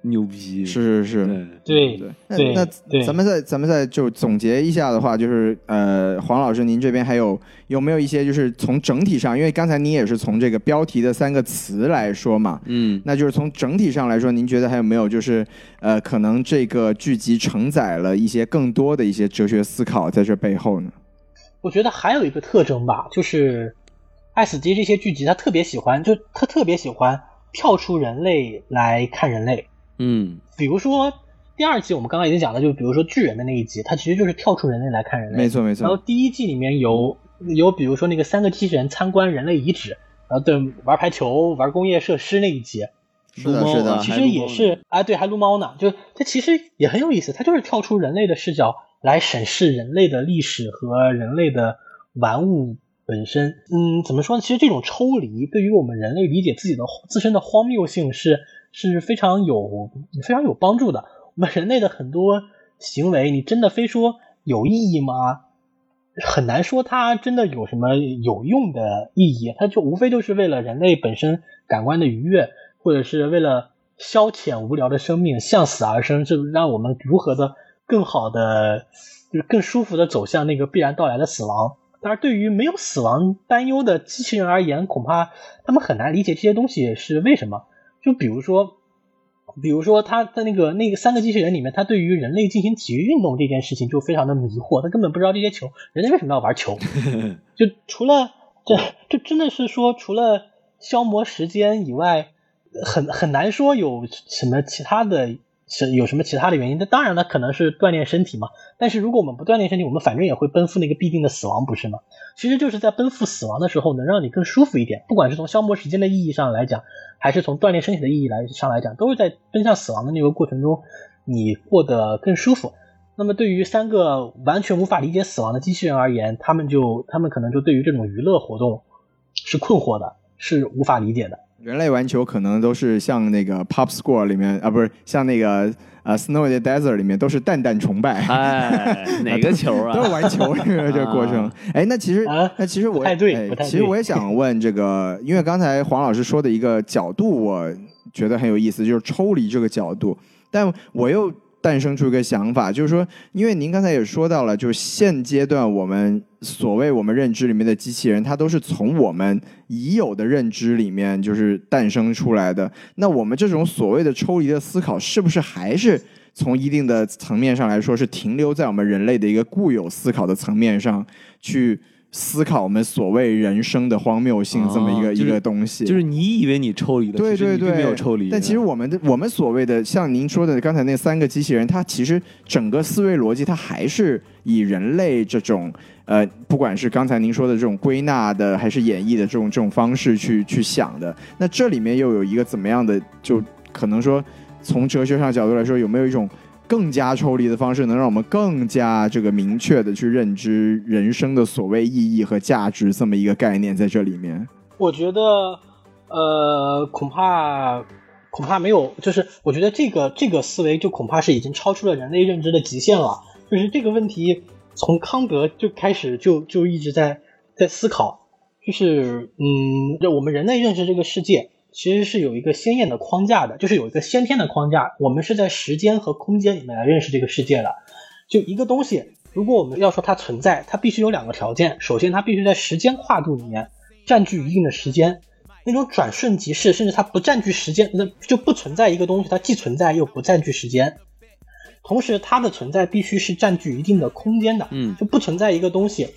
牛逼，是是是，对，对对，对那对那咱们再咱们再就总结一下的话，就是呃，黄老师您这边还有有没有一些就是从整体上，因为刚才您也是从这个标题的三个词来说嘛，嗯，那就是从整体上来说，您觉得还有没有就是呃，可能这个剧集承载了一些更多的一些哲学思考在这背后呢？我觉得还有一个特征吧，就是爱死机这些剧集，他特别喜欢，就他特别喜欢跳出人类来看人类。嗯，比如说第二季我们刚刚已经讲了，就比如说巨人的那一集，它其实就是跳出人类来看人类。没错没然后错，第一季里面有有比如说那个三个机器人参观人类遗址，然后对玩排球、玩工业设施那一集，是的是的其实也是啊，对，还撸猫呢，就它其实也很有意思，它就是跳出人类的视角来审视人类的历史和人类的玩物。本身，嗯，怎么说呢？其实这种抽离对于我们人类理解自己的自身的荒谬性是是非常有非常有帮助的。我们人类的很多行为，你真的非说有意义吗？很难说它真的有什么有用的意义，它就无非就是为了人类本身感官的愉悦，或者是为了消遣无聊的生命，向死而生，这让我们如何的更好的，就是更舒服的走向那个必然到来的死亡。但是对于没有死亡担忧的机器人而言，恐怕他们很难理解这些东西是为什么。就比如说，比如说他在那个那个三个机器人里面，他对于人类进行体育运动这件事情就非常的迷惑，他根本不知道这些球，人类为什么要玩球？就除了这这真的是说，除了消磨时间以外，很很难说有什么其他的。是有什么其他的原因？那当然了，可能是锻炼身体嘛。但是如果我们不锻炼身体，我们反正也会奔赴那个必定的死亡，不是吗？其实就是在奔赴死亡的时候，能让你更舒服一点。不管是从消磨时间的意义上来讲，还是从锻炼身体的意义来上来讲，都是在奔向死亡的那个过程中，你过得更舒服。那么对于三个完全无法理解死亡的机器人而言，他们就他们可能就对于这种娱乐活动是困惑的，是无法理解的。人类玩球可能都是像那个 Pop Score 里面啊，不是像那个呃 Snow in the Desert 里面都是淡淡崇拜。啊哎，哪个球啊？都是玩球这个这个过程。哎，那其实啊那其实我不太对哎不太对其实我也想问这个，因为刚才黄老师说的一个角度，我觉得很有意思，就是抽离这个角度，但我又。诞生出一个想法，就是说，因为您刚才也说到了，就是现阶段我们所谓我们认知里面的机器人，它都是从我们已有的认知里面就是诞生出来的。那我们这种所谓的抽离的思考，是不是还是从一定的层面上来说，是停留在我们人类的一个固有思考的层面上去思考我们所谓人生的荒谬性这么一个、哦就是一个东西？就是你以为你抽离了，对其实对你并对，没有抽离。但其实我们的我们所谓的像您说的刚才那三个机器人，它其实整个思维逻辑，它还是以人类这种呃，不管是刚才您说的这种归纳的，还是演绎的这种这种方式去去想的。那这里面又有一个怎么样的，就可能说从哲学上角度来说，有没有一种？更加抽离的方式，能让我们更加这个明确的去认知人生的所谓意义和价值这么一个概念在这里面。我觉得，呃，恐怕恐怕没有，就是我觉得这个这个思维就恐怕是已经超出了人类认知的极限了。就是这个问题，从康德就开始就就一直在在思考，就是嗯，就我们人类认识这个世界，其实是有一个鲜艳的框架的，就是有一个先天的框架，我们是在时间和空间里面来认识这个世界的。就一个东西，如果我们要说它存在，它必须有两个条件，首先它必须在时间跨度里面占据一定的时间。那种转瞬即逝，甚至它不占据时间，那就不存在一个东西，它既存在又不占据时间。同时，它的存在必须是占据一定的空间的，嗯就不存在一个东西，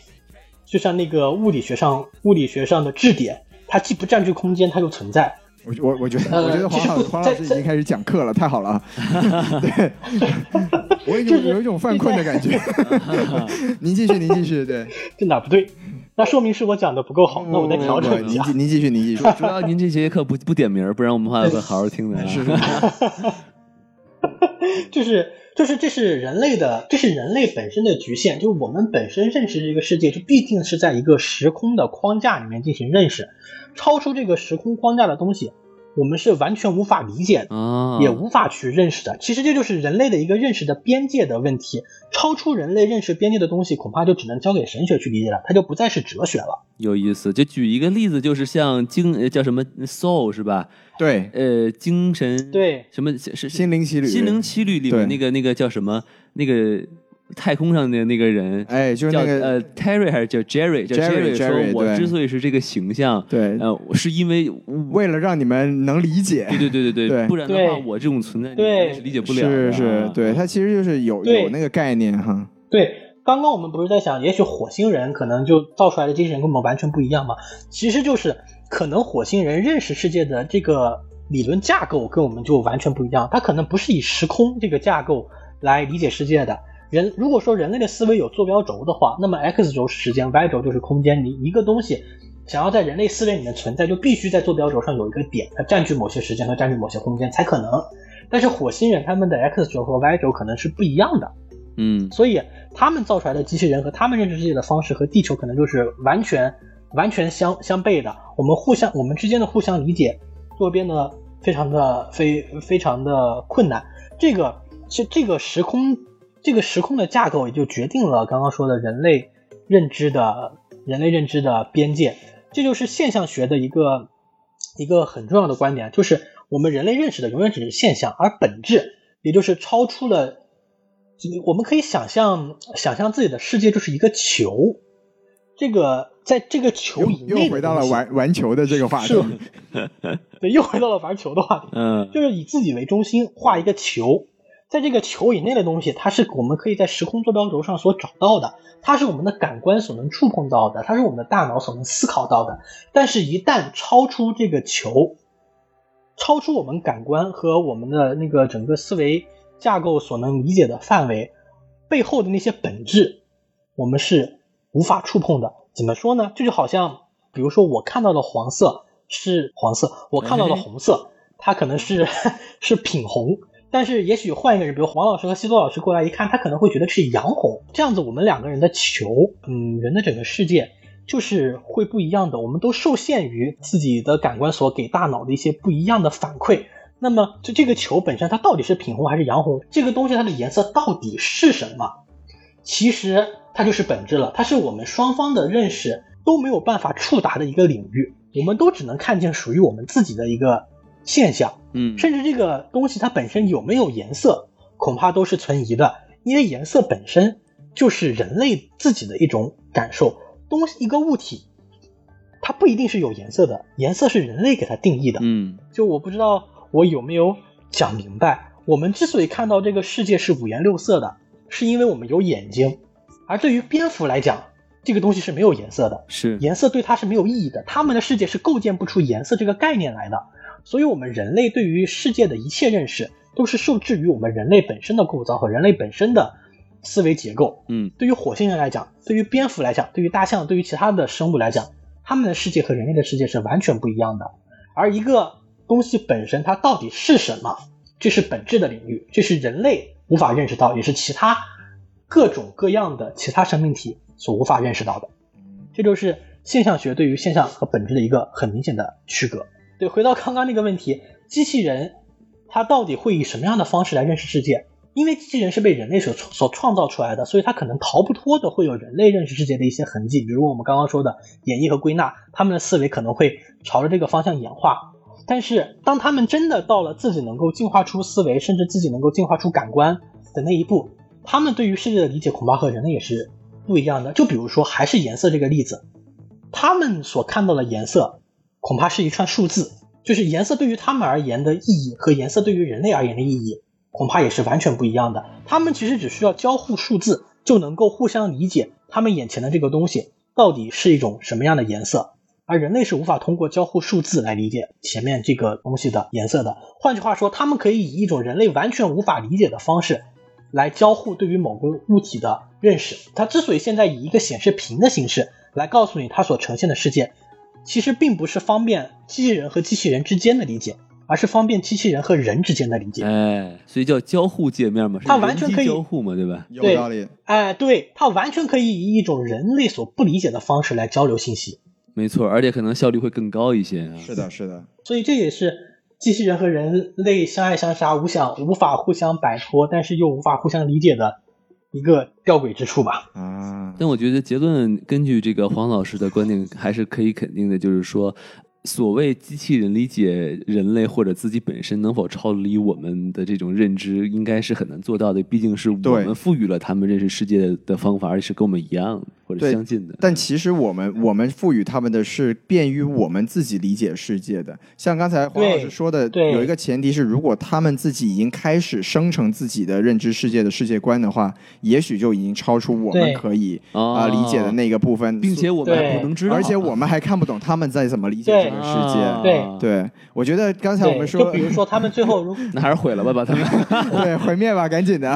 就像那个物理学上物理学上的质点，它既不占据空间，它又存在。我我我觉得，呃我觉得黄老其实黄老师已经开始讲课了，太好 了啊！对，我有有一种犯困的感 觉。您继续，您继续，对，这哪不对？那说明是我讲的不够好，嗯那我再调不不整不一您下继。您继续，您 继续。主要您这节课不不点名儿，不然我们话会好好听的、啊。 是是就是就是这是人类的，这是人类本身的局限，就是我们本身认识这个世界，就必定是在一个时空的框架里面进行认识，超出这个时空框架的东西，我们是完全无法理解的。啊， 也无法去认识的。其实这就是人类的一个认识的边界的问题，超出人类认识边界的东西，恐怕就只能交给神学去理解了，它就不再是哲学了。有意思。就举一个例子，就是像精呃叫什么 soul 是吧？对，呃，精神对什么是是心灵奇旅，心灵奇旅里面对那个那个叫什么那个太空上的那个人，哎，就是叫那个呃 Terry 还是叫 Jerry？叫 Jerry，说 Jerry，我对之所以是这个形象，对呃，是因为我为了让你们能理解，对对对对对不然的话，对我这种存在你对们是理解不了的是啊。是，对，它其实就是有对有那个概念哈。对，刚刚我们不是在想，也许火星人可能就造出来的这些人跟我们完全不一样吗？其实就是可能火星人认识世界的这个理论架构跟我们就完全不一样，他可能不是以时空这个架构来理解世界的。人如果说人类的思维有坐标轴的话，那么 x 轴是时间，y 轴就是空间。你一个东西想要在人类思维里面存在，就必须在坐标轴上有一个点，它占据某些时间和占据某些空间才可能。但是火星人他们的 x 轴和 y 轴可能是不一样的。嗯，所以他们造出来的机器人和他们认识世界的方式和地球可能就是完全完全相相悖的。我们互相我们之间的互相理解，就会变得非常的非非常的困难。这个这这个时空这个时空的架构也就决定了刚刚说的人类认知的人类认知的边界。这就是现象学的一个一个很重要的观点，啊就是我们人类认识的永远只是现象，而本质也就是超出了。我们可以想象，想象自己的世界就是一个球，这个在这个球以内的又回到了东西玩玩球的这个话题是，吧对，又回到了玩球的话题。嗯，就是以自己为中心画一个球，在这个球以内的东西，它是我们可以在时空坐标轴上所找到的，它是我们的感官所能触碰到的，它是我们的大脑所能思考到的。但是，一旦超出这个球，超出我们感官和我们的那个整个思维架构所能理解的范围，背后的那些本质，我们是无法触碰的。怎么说呢？这就好像，比如说我看到的黄色是黄色，我看到的哎红色，它可能是 是品红，但是也许换一个人，比如黄老师和西多老师过来一看，他可能会觉得是洋红。这样子，我们两个人的球，嗯，人的整个世界就是会不一样的。我们都受限于自己的感官所给大脑的一些不一样的反馈。那么，就这个球本身，它到底是品红还是洋红？这个东西它的颜色到底是什么？其实它就是本质了，它是我们双方的认识都没有办法触达的一个领域，我们都只能看见属于我们自己的一个现象。嗯，甚至这个东西它本身有没有颜色，恐怕都是存疑的，因为颜色本身就是人类自己的一种感受。东西一个物体，它不一定是有颜色的，颜色是人类给它定义的。嗯，就我不知道我有没有讲明白，我们之所以看到这个世界是五颜六色的，是因为我们有眼睛，而对于蝙蝠来讲，这个东西是没有颜色的。是颜色对它是没有意义的，他们的世界是构建不出颜色这个概念来的。所以，我们人类对于世界的一切认识，都是受制于我们人类本身的构造和人类本身的思维结构。嗯，对于火星人来讲，对于蝙蝠来讲，对于大象，对于其他的生物来讲，他们的世界和人类的世界是完全不一样的。而一个东西本身它到底是什么，这是本质的领域，这是人类无法认识到，也是其他各种各样的其他生命体所无法认识到的。这就是现象学对于现象和本质的一个很明显的区隔。对，回到刚刚那个问题，机器人它到底会以什么样的方式来认识世界？因为机器人是被人类所创所创造出来的，所以它可能逃不脱的会有人类认识世界的一些痕迹，比如我们刚刚说的演绎和归纳，他们的思维可能会朝着这个方向演化。但是当他们真的到了自己能够进化出思维，甚至自己能够进化出感官的那一步，他们对于世界的理解恐怕和人类也是不一样的。就比如说，还是颜色这个例子，他们所看到的颜色，恐怕是一串数字，就是颜色对于他们而言的意义和颜色对于人类而言的意义，恐怕也是完全不一样的。他们其实只需要交互数字，就能够互相理解他们眼前的这个东西到底是一种什么样的颜色。而人类是无法通过交互数字来理解前面这个东西的颜色的。换句话说，他们可以以一种人类完全无法理解的方式，来交互对于某个物体的认识。它之所以现在以一个显示屏的形式来告诉你它所呈现的世界，其实并不是方便机器人和机器人之间的理解，而是方便机器人和人之间的理解。哎，所以叫交互界面嘛，是它完人全机可以交互嘛，对吧？有对道理。哎，对，它完全可以以一种人类所不理解的方式来交流信息。没错，而且可能效率会更高一些啊。是的，是的，所以这也是机器人和人类相爱相杀，无想无法互相摆脱，但是又无法互相理解的一个吊诡之处吧。啊，但我觉得结论根据这个黄老师的观点，还是可以肯定的，就是说，所谓机器人理解人类或者自己本身能否超离我们的这种认知，应该是很难做到的。毕竟是我对们赋予了他们认识世界的的方法，而且是跟我们一样或者对相近的。但其实我们我们赋予他们的是便于我们自己理解世界的。像刚才黄老师对说的，对有一个前提是，如果他们自己已经开始生成自己的认知世界的世界观的话，也许就已经超出我们对可以哦啊、理解的那个部分，并且我们对还不能知道，而且我们还看不懂他们在怎么理解对这个世界。对啊，对，我觉得刚才我们对，说，就比如说他们最后如那还是毁了吧，把他 们。对，毁灭吧，赶紧的。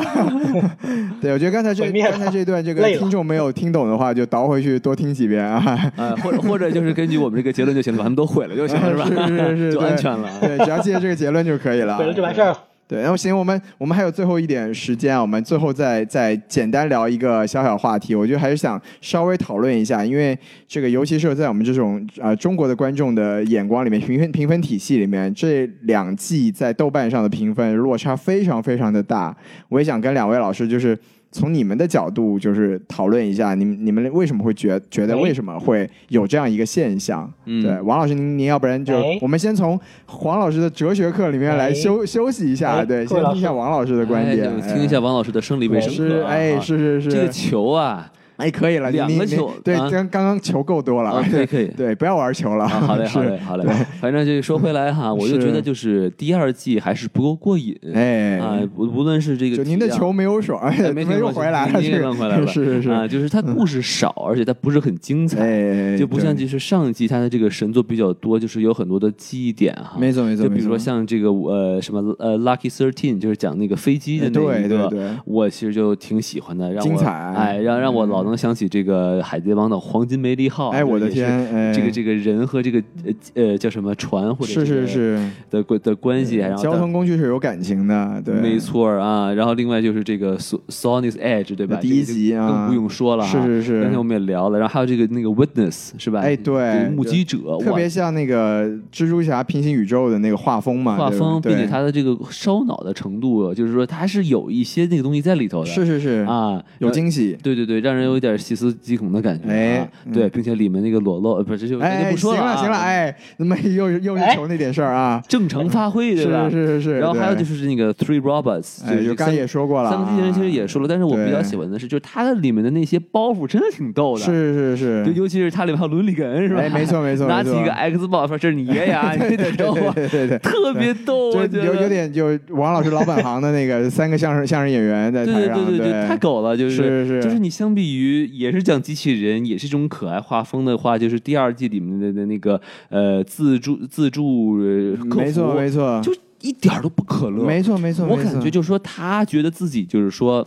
对，我觉得刚才这毁灭吧刚才这段，这个累了听众没有听懂的话，就倒回去多听几遍啊。啊，或者或者就是根据我们这个结论就行了，把他们都毁了就行了，吧？嗯是是 是，就对安全了啊。 对，只要记得这个结论就可以了。毁了就完事儿了。对，然后行，我们我们还有最后一点时间啊，我们最后再再简单聊一个小小话题，我觉得还是想稍微讨论一下，因为这个尤其是在我们这种呃中国的观众的眼光里面，评分评分体系里面，这两季在豆瓣上的评分落差非常非常的大，我也想跟两位老师就是。从你们的角度，就是讨论一下，你们你们为什么会觉觉得哎为什么会有这样一个现象？嗯对，王老师，您您要不然就、哎我们先从黄老师的哲学课里面来哎休、休息一下，哎对，各先听位老一师下王老师的观点，哎听一下王老师的生理卫哎。生是课啊，哎，是是这个是，球啊，哎，可以了，两您个您球对，啊刚刚刚球够多了啊，可以可以 对，不要玩球了，啊好嘞， 是好嘞，，好嘞。反正就是说回来哈，我就觉得就是第二季还是不够过瘾。哎啊，无无论是这个就您的体量球没有爽， 哎，哎没怎么又回来了，您这又个回来了， 是是是，啊，就是它故事少，而且它不是很精彩。哎，就不对像就是上一季它的这个神作比较多，就是有很多的记忆点哈。没错没错就比如没说错像这个呃什么呃 Lucky Thirteen，就是讲那个飞机的那哎一对个，对对我其实就挺喜欢的，让我精彩嗯哎让让我老能想起这个《海贼王》的黄金梅利号。哎我的也是天哎这个这个人和这个呃呃叫什么船或者是这是个是，的关的关系，然后交到通工具是有感情的，对，没错儿啊，然后另外就是这个 So- Sonic's Edge，对吧？第一这个就集啊更不用说了哈，是是是刚才我们也聊了，然后还有这个那个 Witness 是吧？哎对这个目击者，特别像那个蜘蛛侠平行宇宙的那个画风嘛，哇画对吧风，并对且它的这个烧脑的程度，就是说它还是有一些那个东西在里头的，是是是，啊，有惊喜，对对对，让人有一点细思极恐的感觉、啊。哎对，并且里面那个裸露，呃不是就咱就哎，不说行啊了行了，，哎，那么又又是哎球那点事儿啊，正常发挥对吧？是是是是然后还有对就是那个 Three Robots，哎，是就刚才三也说过了三啊，个机器人其实也说了，但是我对比较喜欢的是，就是它的里面的那些包袱真的挺逗的。是是是就，尤其是它里面还有伦理根是吧？哎没错没错 拿起没错一个 Xbox 说：“这是你爷爷 啊，你得给我。” 对对对特别逗， 我就觉得有有点就王老师老本行的 那个三个相声相声演员在对台对上，对对对，太狗了，就是是是就是你相比于也是讲机器人，也是这种可爱画风的话，就是第二季里面的的那个呃自助自助呃客服，没错没错就一点儿都不可乐，没错没错，我没感错觉就是说，他觉得自己就是说，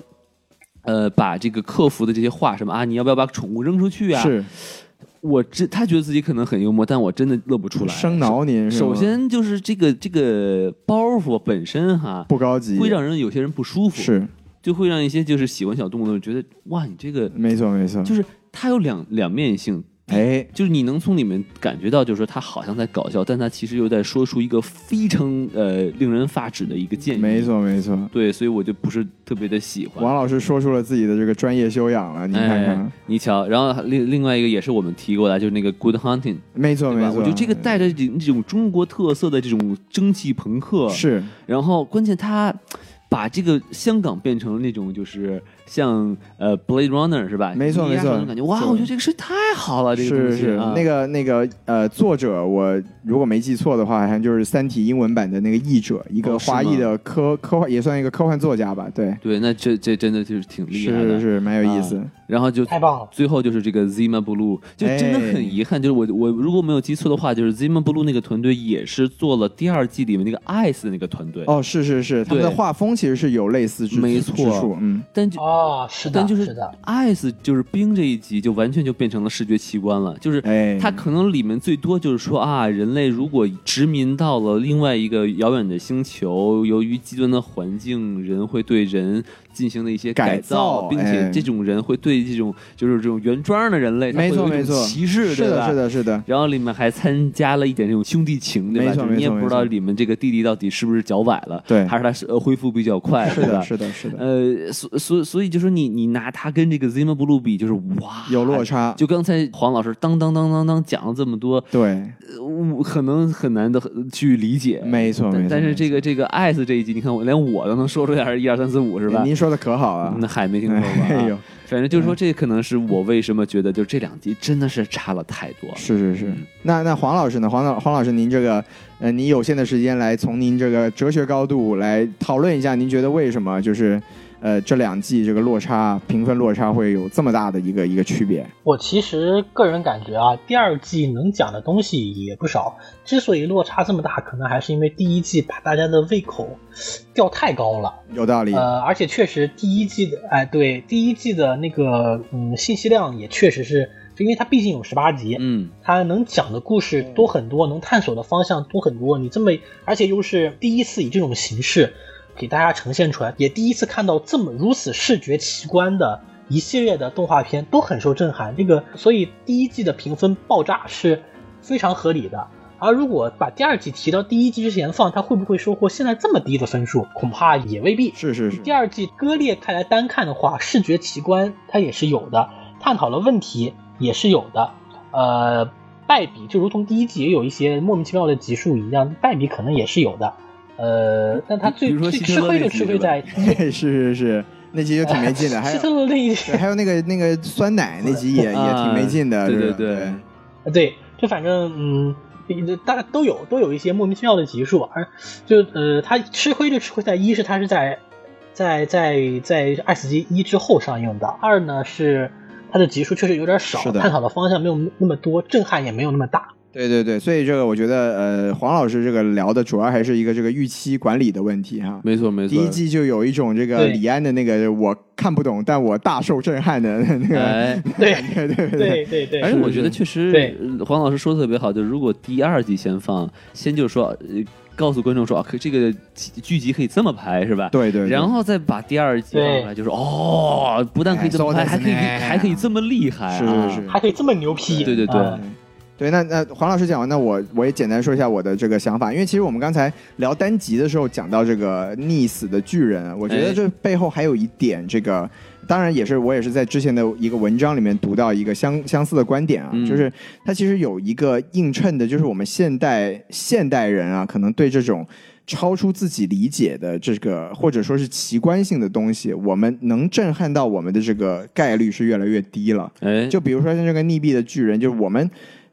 呃，把这个客服的这些话什么啊，你要不要把宠物扔出去啊？是我这他觉得自己可能很幽默，但我真的乐不出来。生挠您，是首吗先就是这个这个包袱本身哈，不高级，会让人有些人不舒服，是就嗯会让一些就是喜欢小动物的人觉得哇，你这个没错没错，就是它有两两面性。哎，就是你能从里面感觉到，就是说他好像在搞笑，但他其实又在说出一个非常呃令人发指的一个建议。没，错没错，对，所以我就不是特别的喜欢。王老师说出了自己的这个专业修养了，你看啊看，哎，你瞧，然后另另外一个也是我们提过的，就是那个 Good Hunting，没错对没吧？错，我觉得这个带着这这种中国特色的这种蒸汽朋克，是然后关键他把这个香港变成那种就是像呃 Blade Runner 是吧？没错你一压没错上那种感觉哇，是我觉得这个事太好了，这个东是西是啊那个那个呃，作者我如果没记错的话，好像就是《三体》英文版的那个译者，一个哦是吗华裔的科科幻也算一个科幻作家吧，对，对，那这这真的就是挺厉害的。啊是是蛮有意思。然后就太棒了。最后就是这个 Zima Blue，就真的哎很遗憾，就是我我如果没有记错的话，就是 Zima Blue 那个团队也是做了第二季里面那个 Ice 的那个团队，哦，是是是，他们的对画风其实是有类似之没错之处，嗯，但就。哦，是的，但就是是的， Ice 就是冰这一集就完全就变成了视觉奇观了，就是哎它可能里面最多就是说啊，人类如果殖民到了另外一个遥远的星球，由于极端的环境，人会对人进行了一些改改造，造并哎且这种人会对这种就是这种原装的人类，他没错会有一没种错，歧视是对的吧是的是的，然后里面还参加了一点这种兄弟情，对吧？没错就是你也没错不知道里面这个弟弟到底是不是脚崴了，对还是他是呃恢复比较快， 是对吧？的是的是的，呃，所所所以就说你你拿它跟这个 Zima Blue 比，就是哇，有落。差，就刚才黄老师当当当当当讲了这么多，对，呃我可能很难的去理解。没错没但错。但是没错这个这个 Ice 这一集，你看我连我都能说出来，一二三四五是吧？您说的可好了那，还没听说过、啊。 哎呦，反正就是说，这可能是我为什么觉得，就这两集真的是差了太多了。是是是。嗯那那黄老师呢？黄老黄老师，您这个呃，您有限的时间来从您这个哲学高度来讨论一下，您觉得为什么就是呃这两季这个落差评分落差会有这么大的一个一个区别？我其实个人感觉啊，第二季能讲的东西也不少。之所以落差这么大，可能还是因为第一季把大家的胃口吊太高了。有道理，呃，而且确实第一季的，哎，对，第一季的那个嗯信息量也确实是，就因为它毕竟有十八集，嗯，它能讲的故事多很多，能探索的方向多很多。你这么，而且又是第一次以这种形式给大家呈现出来，也第一次看到这么如此视觉奇观的一系列的动画片，都很受震撼。这个，所以第一季的评分爆炸是非常合理的。而如果把第二季提到第一季之前放，它会不会收获现在这么低的分数？恐怕也未必。是是是，嗯 第二季割裂开来单看的话，视觉奇观它也是有的，探讨了问题也是有的。呃，败笔就如同第一季也有一些莫名其妙的集数一样，败笔可能也是有的。呃，但它最比如说最希特吃勒亏那就集吃亏在是是是，那集就挺没劲的，还 希有特勒那 一对还有那个那个酸奶那集也也挺没劲的，啊对是吧对对对，呃，对，就反正嗯，大家都有都有一些莫名其妙的集数，啊而就呃，它吃亏就吃亏在一是它是在在在在《爱死机一》之后上映的，二呢是它的集数确实有点少是，的探讨的方向没有那么多，震撼也没有那么大。对对对，所以这个我觉得呃，黄老师这个聊的主要还是一个这个预期管理的问题哈。没错没错。第一季就有一种这个对李安的那个我看不懂，但我大受震撼的那 个哎，对感觉， 对对对对对，而且是我觉得是确实，对呃黄老师说的特别好，就是如果第二季先放，先就说，呃告诉观众说啊，可这个剧剧集可以这么拍，是吧？。对对，然后再把第二季放对出来，就是哦，不但可以这么拍，哎还可以说得是呢还可以这么厉害、啊，是是是还可以这么牛批，对对对啊对，那那黄老师讲完，那我我也简单说一下我的这个想法，因为其实我们刚才聊单集的时候讲到这个溺死的巨人，我觉得哎这背后还有一点这个，当然也是我也是在之前的一个文章里面读到一个相相似的观点啊，嗯就是它其实有一个映衬的，就是我们现代现代人啊，可能对这种。超出自己理解的这个，或者说是奇观性的东西，我们能震撼到我们的这个概率是越来越低了。哎，就比如说像这个溺毙的巨人，就是我们，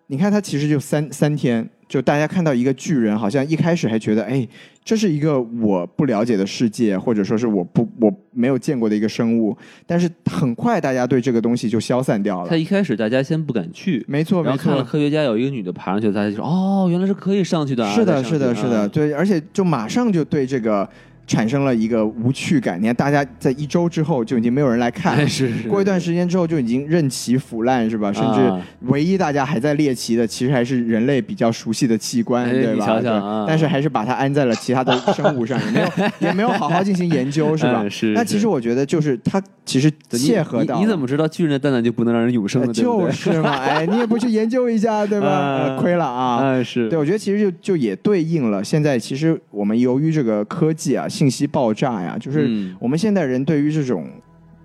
你看他其实就三三天，就大家看到一个巨人，好像一开始还觉得，哎，这是一个我不了解的世界，或者说是我不我没有见过的一个生物，但是很快大家对这个东西就消散掉哎他了。一开始大家先不敢去，没错，然没后看了错。科学家有一个女的爬上去，大家就说哦，原来是可以上去的啊、是再的，上去是的，是的，啊对，而且就马上就对这个产生了一个无趣感。你看，大家在一周之后就已经没有人来看，哎是是过一段时间之后就已经任其腐烂，是吧？甚至啊唯一大家还在猎奇的，其实还是人类比较熟悉的器官，哎对你吧？瞧瞧对啊但是还是把它安在了其他的生 物上，也没有也没有好好进行研究，是吧？嗯是那其是实我觉得就是它其实你切合到你你怎么知道巨人的蛋蛋就不能让人永生呃呢？对不就对？ 是嘛，哎，你也不去研究一下，对吧？啊呃亏了啊。哎，是对，我觉得其实就就也对应了现在，其实我们由于这个科技啊、信息爆炸呀、就是嗯我们现代人对于这种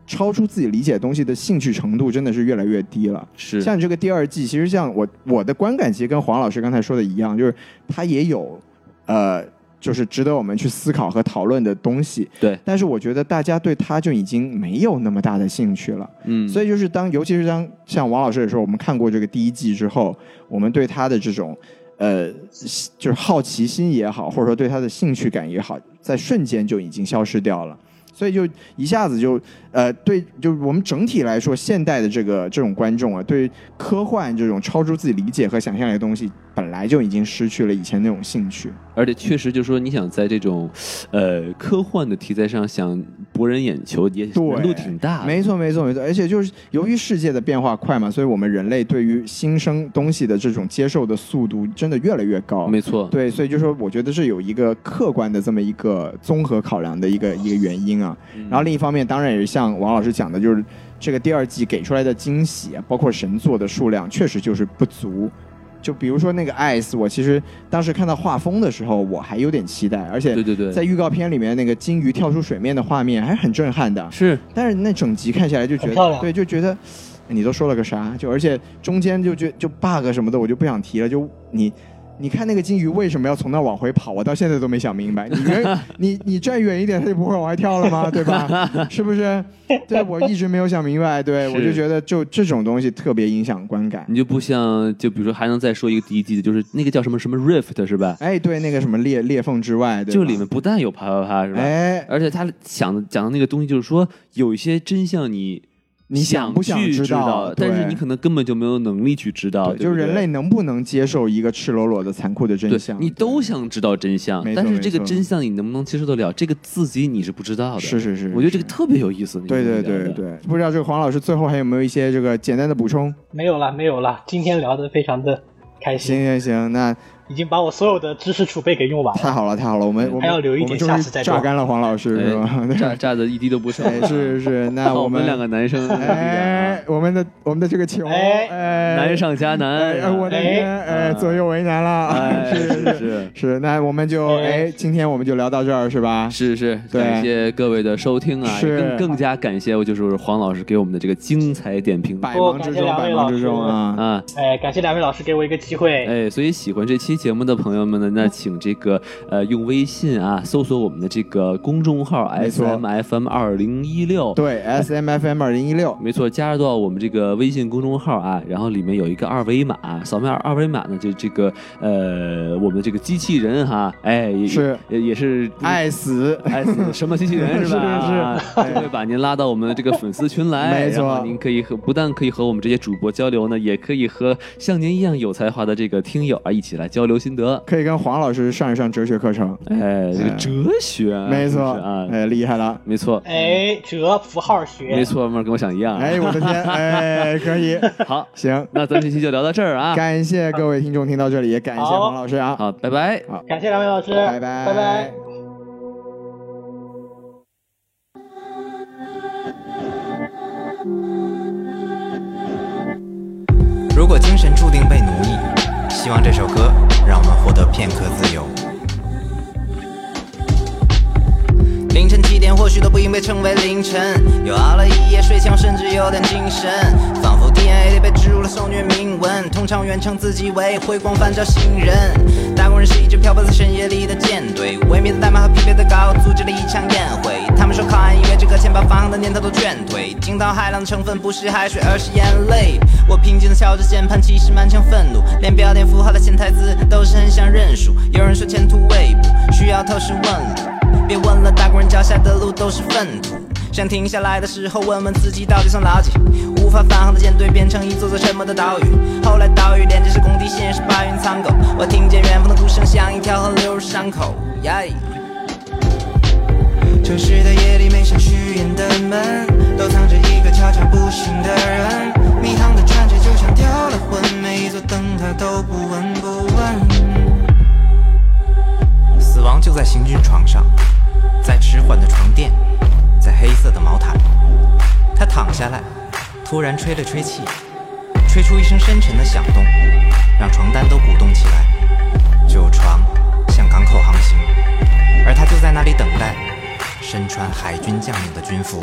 超出自己理解的东西的兴趣程度真的是越来越低了。是像这个第二季，其实像我我的观感，其实跟黄老师刚才说的一样，就是它也有呃，就是值得我们去思考和讨论的东西。对，但是我觉得大家对它就已经没有那么大的兴趣了。嗯，所以以就是当，尤其是当像王老师也说，我们看过这个第一季之后，我们对他的这种呃，就是好奇心也好，或者说对他的兴趣感也好，在瞬间就已经消失掉了。所以就一下子就呃，对，就是我们整体来说，现代的这个这种观众啊，对科幻这种超出自己理解和想象力的东西，本来就已经失去了以前那种兴趣。而且确实就是说，你想在这种呃科幻的题材上想博人眼球，也对难度挺大的。没错，没错，没错。而且就是由于世界的变化快嘛，所以我们人类对于新生东西的这种接受的速度真的越来越高。没错，对，所以就说我觉得是有一个客观的这么一个综合考量的一个一个原因啊。嗯然后另一方面，当然也是像王老师讲的，就是这个第二季给出来的惊喜啊，包括神作的数量，确实就是不足。就比如说那个 Ice，我其实当时看到画风的时候，我还有点期待，而且对对对在预告片里面那个金鱼跳出水面的画面还是很震撼的。是但是那整集看下来就觉很漂得，亮对，就觉得哎你都说了个啥？就而且中间就觉就 bug 什么的，我就不想提了。就你。你看那个金鱼为什么要从那儿往回跑？我到现在都没想明白。你远 你你站远一点，它就不会往外跳了 吗？对吧？是不是？对我一直没有想明白。对是我就觉得就这种东西特别影响观感。你就不像，就比如说还能再说一个第一季的，就是那个叫什么什么 Rift 是吧？哎，对那个什么裂裂缝之外，对吧就里面不但有啪啪啪是吧？哎，而且他想的讲的那个东西，就是说有一些真相你你想不想去知知道对但是你可能根本就没有能力去知道，对就哦对是不对人类能不能接受一个赤裸裸的残酷的真对相？你对都想知道真相没，错但是这个没错真相你能不能接受得了，这个自己你是不知道的。是是是我觉得这个是特别有意思。对你对们聊对的，对，不知道这个黄老师最后还有没有一些这个简单的补充？没有了，没有了，今天聊得非常的开行心，行行，那已经把我所有的知识储备给用完了。太好了太好了，我们我们还要留一我们点终下于次再榨做干了黄老师是吧 哎？ 炸炸的一滴都不剩。哎 是是是，那我们两个男生， 哎，我们的我们的这个球哎哎难上加哎难哎，我的天哎左右为难了，哎 是是是是是，那我们就哎哎今天我们就聊到这儿是吧？是是，对感谢各位的收听啊，是也更更加感谢我就是黄老师给我们的这个精彩点评百多忙感之谢中两百位忙老之中师啊，啊。哎，感谢两位老师给我一个机会。哎，所以喜欢这期节目的朋友们呢，嗯那请这个呃用微信啊搜索我们的这个公众号没 S 错 M F M 二零一六，对 S M F M 二零一六，没错，加入到我们这个微信公众号啊，然后里面有一个二维码，扫描二维码呢，就这个呃我们这个机器人哈，哎也是也也是爱死。哎，什么机器 人是吧？啊是是是就会把您拉到我们这个粉丝群来， 没错然后您可以和不但可以和我们这些主播交流呢，也可以和像您一样有才华的这个听友啊一起来交流心得。可以跟黄老师上一上哲学课程，哎，这个哎哲学啊，没错是不是啊，哎，厉害了。没错，哎，折符号学，没错，妹儿跟我想一样啊。哎，我的天，哎，可 以，好，行，那咱这期就聊到这儿啊。感谢各位听众听到这里，也感谢好黄老师啊，好，拜拜。感谢两位老师，拜拜拜如果精神注定被奴役，希望这首歌让我们获得片刻自由。凌晨几点或许都不应被称为凌晨，又熬了一夜睡强，甚至有点精神，仿佛 DNA 里被植入了受虐铭文。通常原称自己为辉光反照新人，打工人是一支漂泊在深夜里的舰队，萎靡的代码和疲惫的稿组织了一场宴会。他们说靠岸音乐这个钱把防的念头都劝退，惊涛骇浪的成分不是海水，而是眼泪。我平静的笑着键盘，其实满腔愤怒，连标点符号的潜台词都是很想认输。有人说前途未卜，需要透视问路。别问了，打工人脚下的路都是粪土。想停下来的时候，问问自己到底算老几？无法返航的舰队变成一座座沉默的岛屿。后来岛屿连接是工地线，是八云苍狗。我听见远方的鼓声，像一条河流入山口。耶、城市的夜里，每扇虚掩的门都藏着一个悄悄不醒的人。迷航的船只就像掉了魂，每一座灯塔都不闻不问。死亡就在行军床上，在迟缓的床垫，在黑色的毛毯。他躺下来，突然吹了吹气，吹出一声深沉的响动，让床单都鼓动起来。酒床向港口航行，而他就在那里等待，身穿海军将领的军服。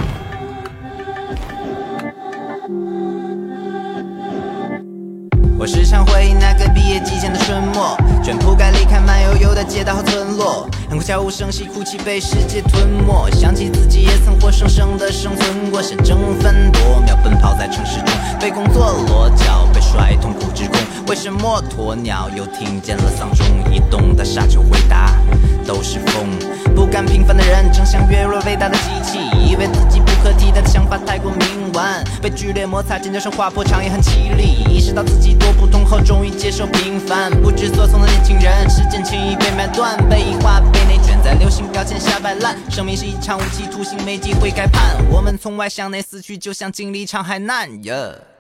我时常回忆那个毕业季前的春末，卷铺盖离开慢悠悠的街道和村落，很快悄无声息，哭泣被世界吞没。想起自己也曾活生生的生存过，想争分夺秒奔跑在城市中，被工作裸脚，被甩痛苦之功。为什么鸵鸟又听见了丧钟？移动的沙丘回答都是风。不甘平凡的人，正像削弱伟大的机器，以为自己不可替代的想法太过冥顽，被剧烈摩擦，尖叫声划破长夜很凄厉。意识到自己多不同后，终于接受平凡。不知所从的年轻人，时间轻易被买断，被异化，被内卷，在流行标签下摆烂。生命是一场无期徒刑，没机会改判。我们从外向内死去，就像经历一场海难。Yeah.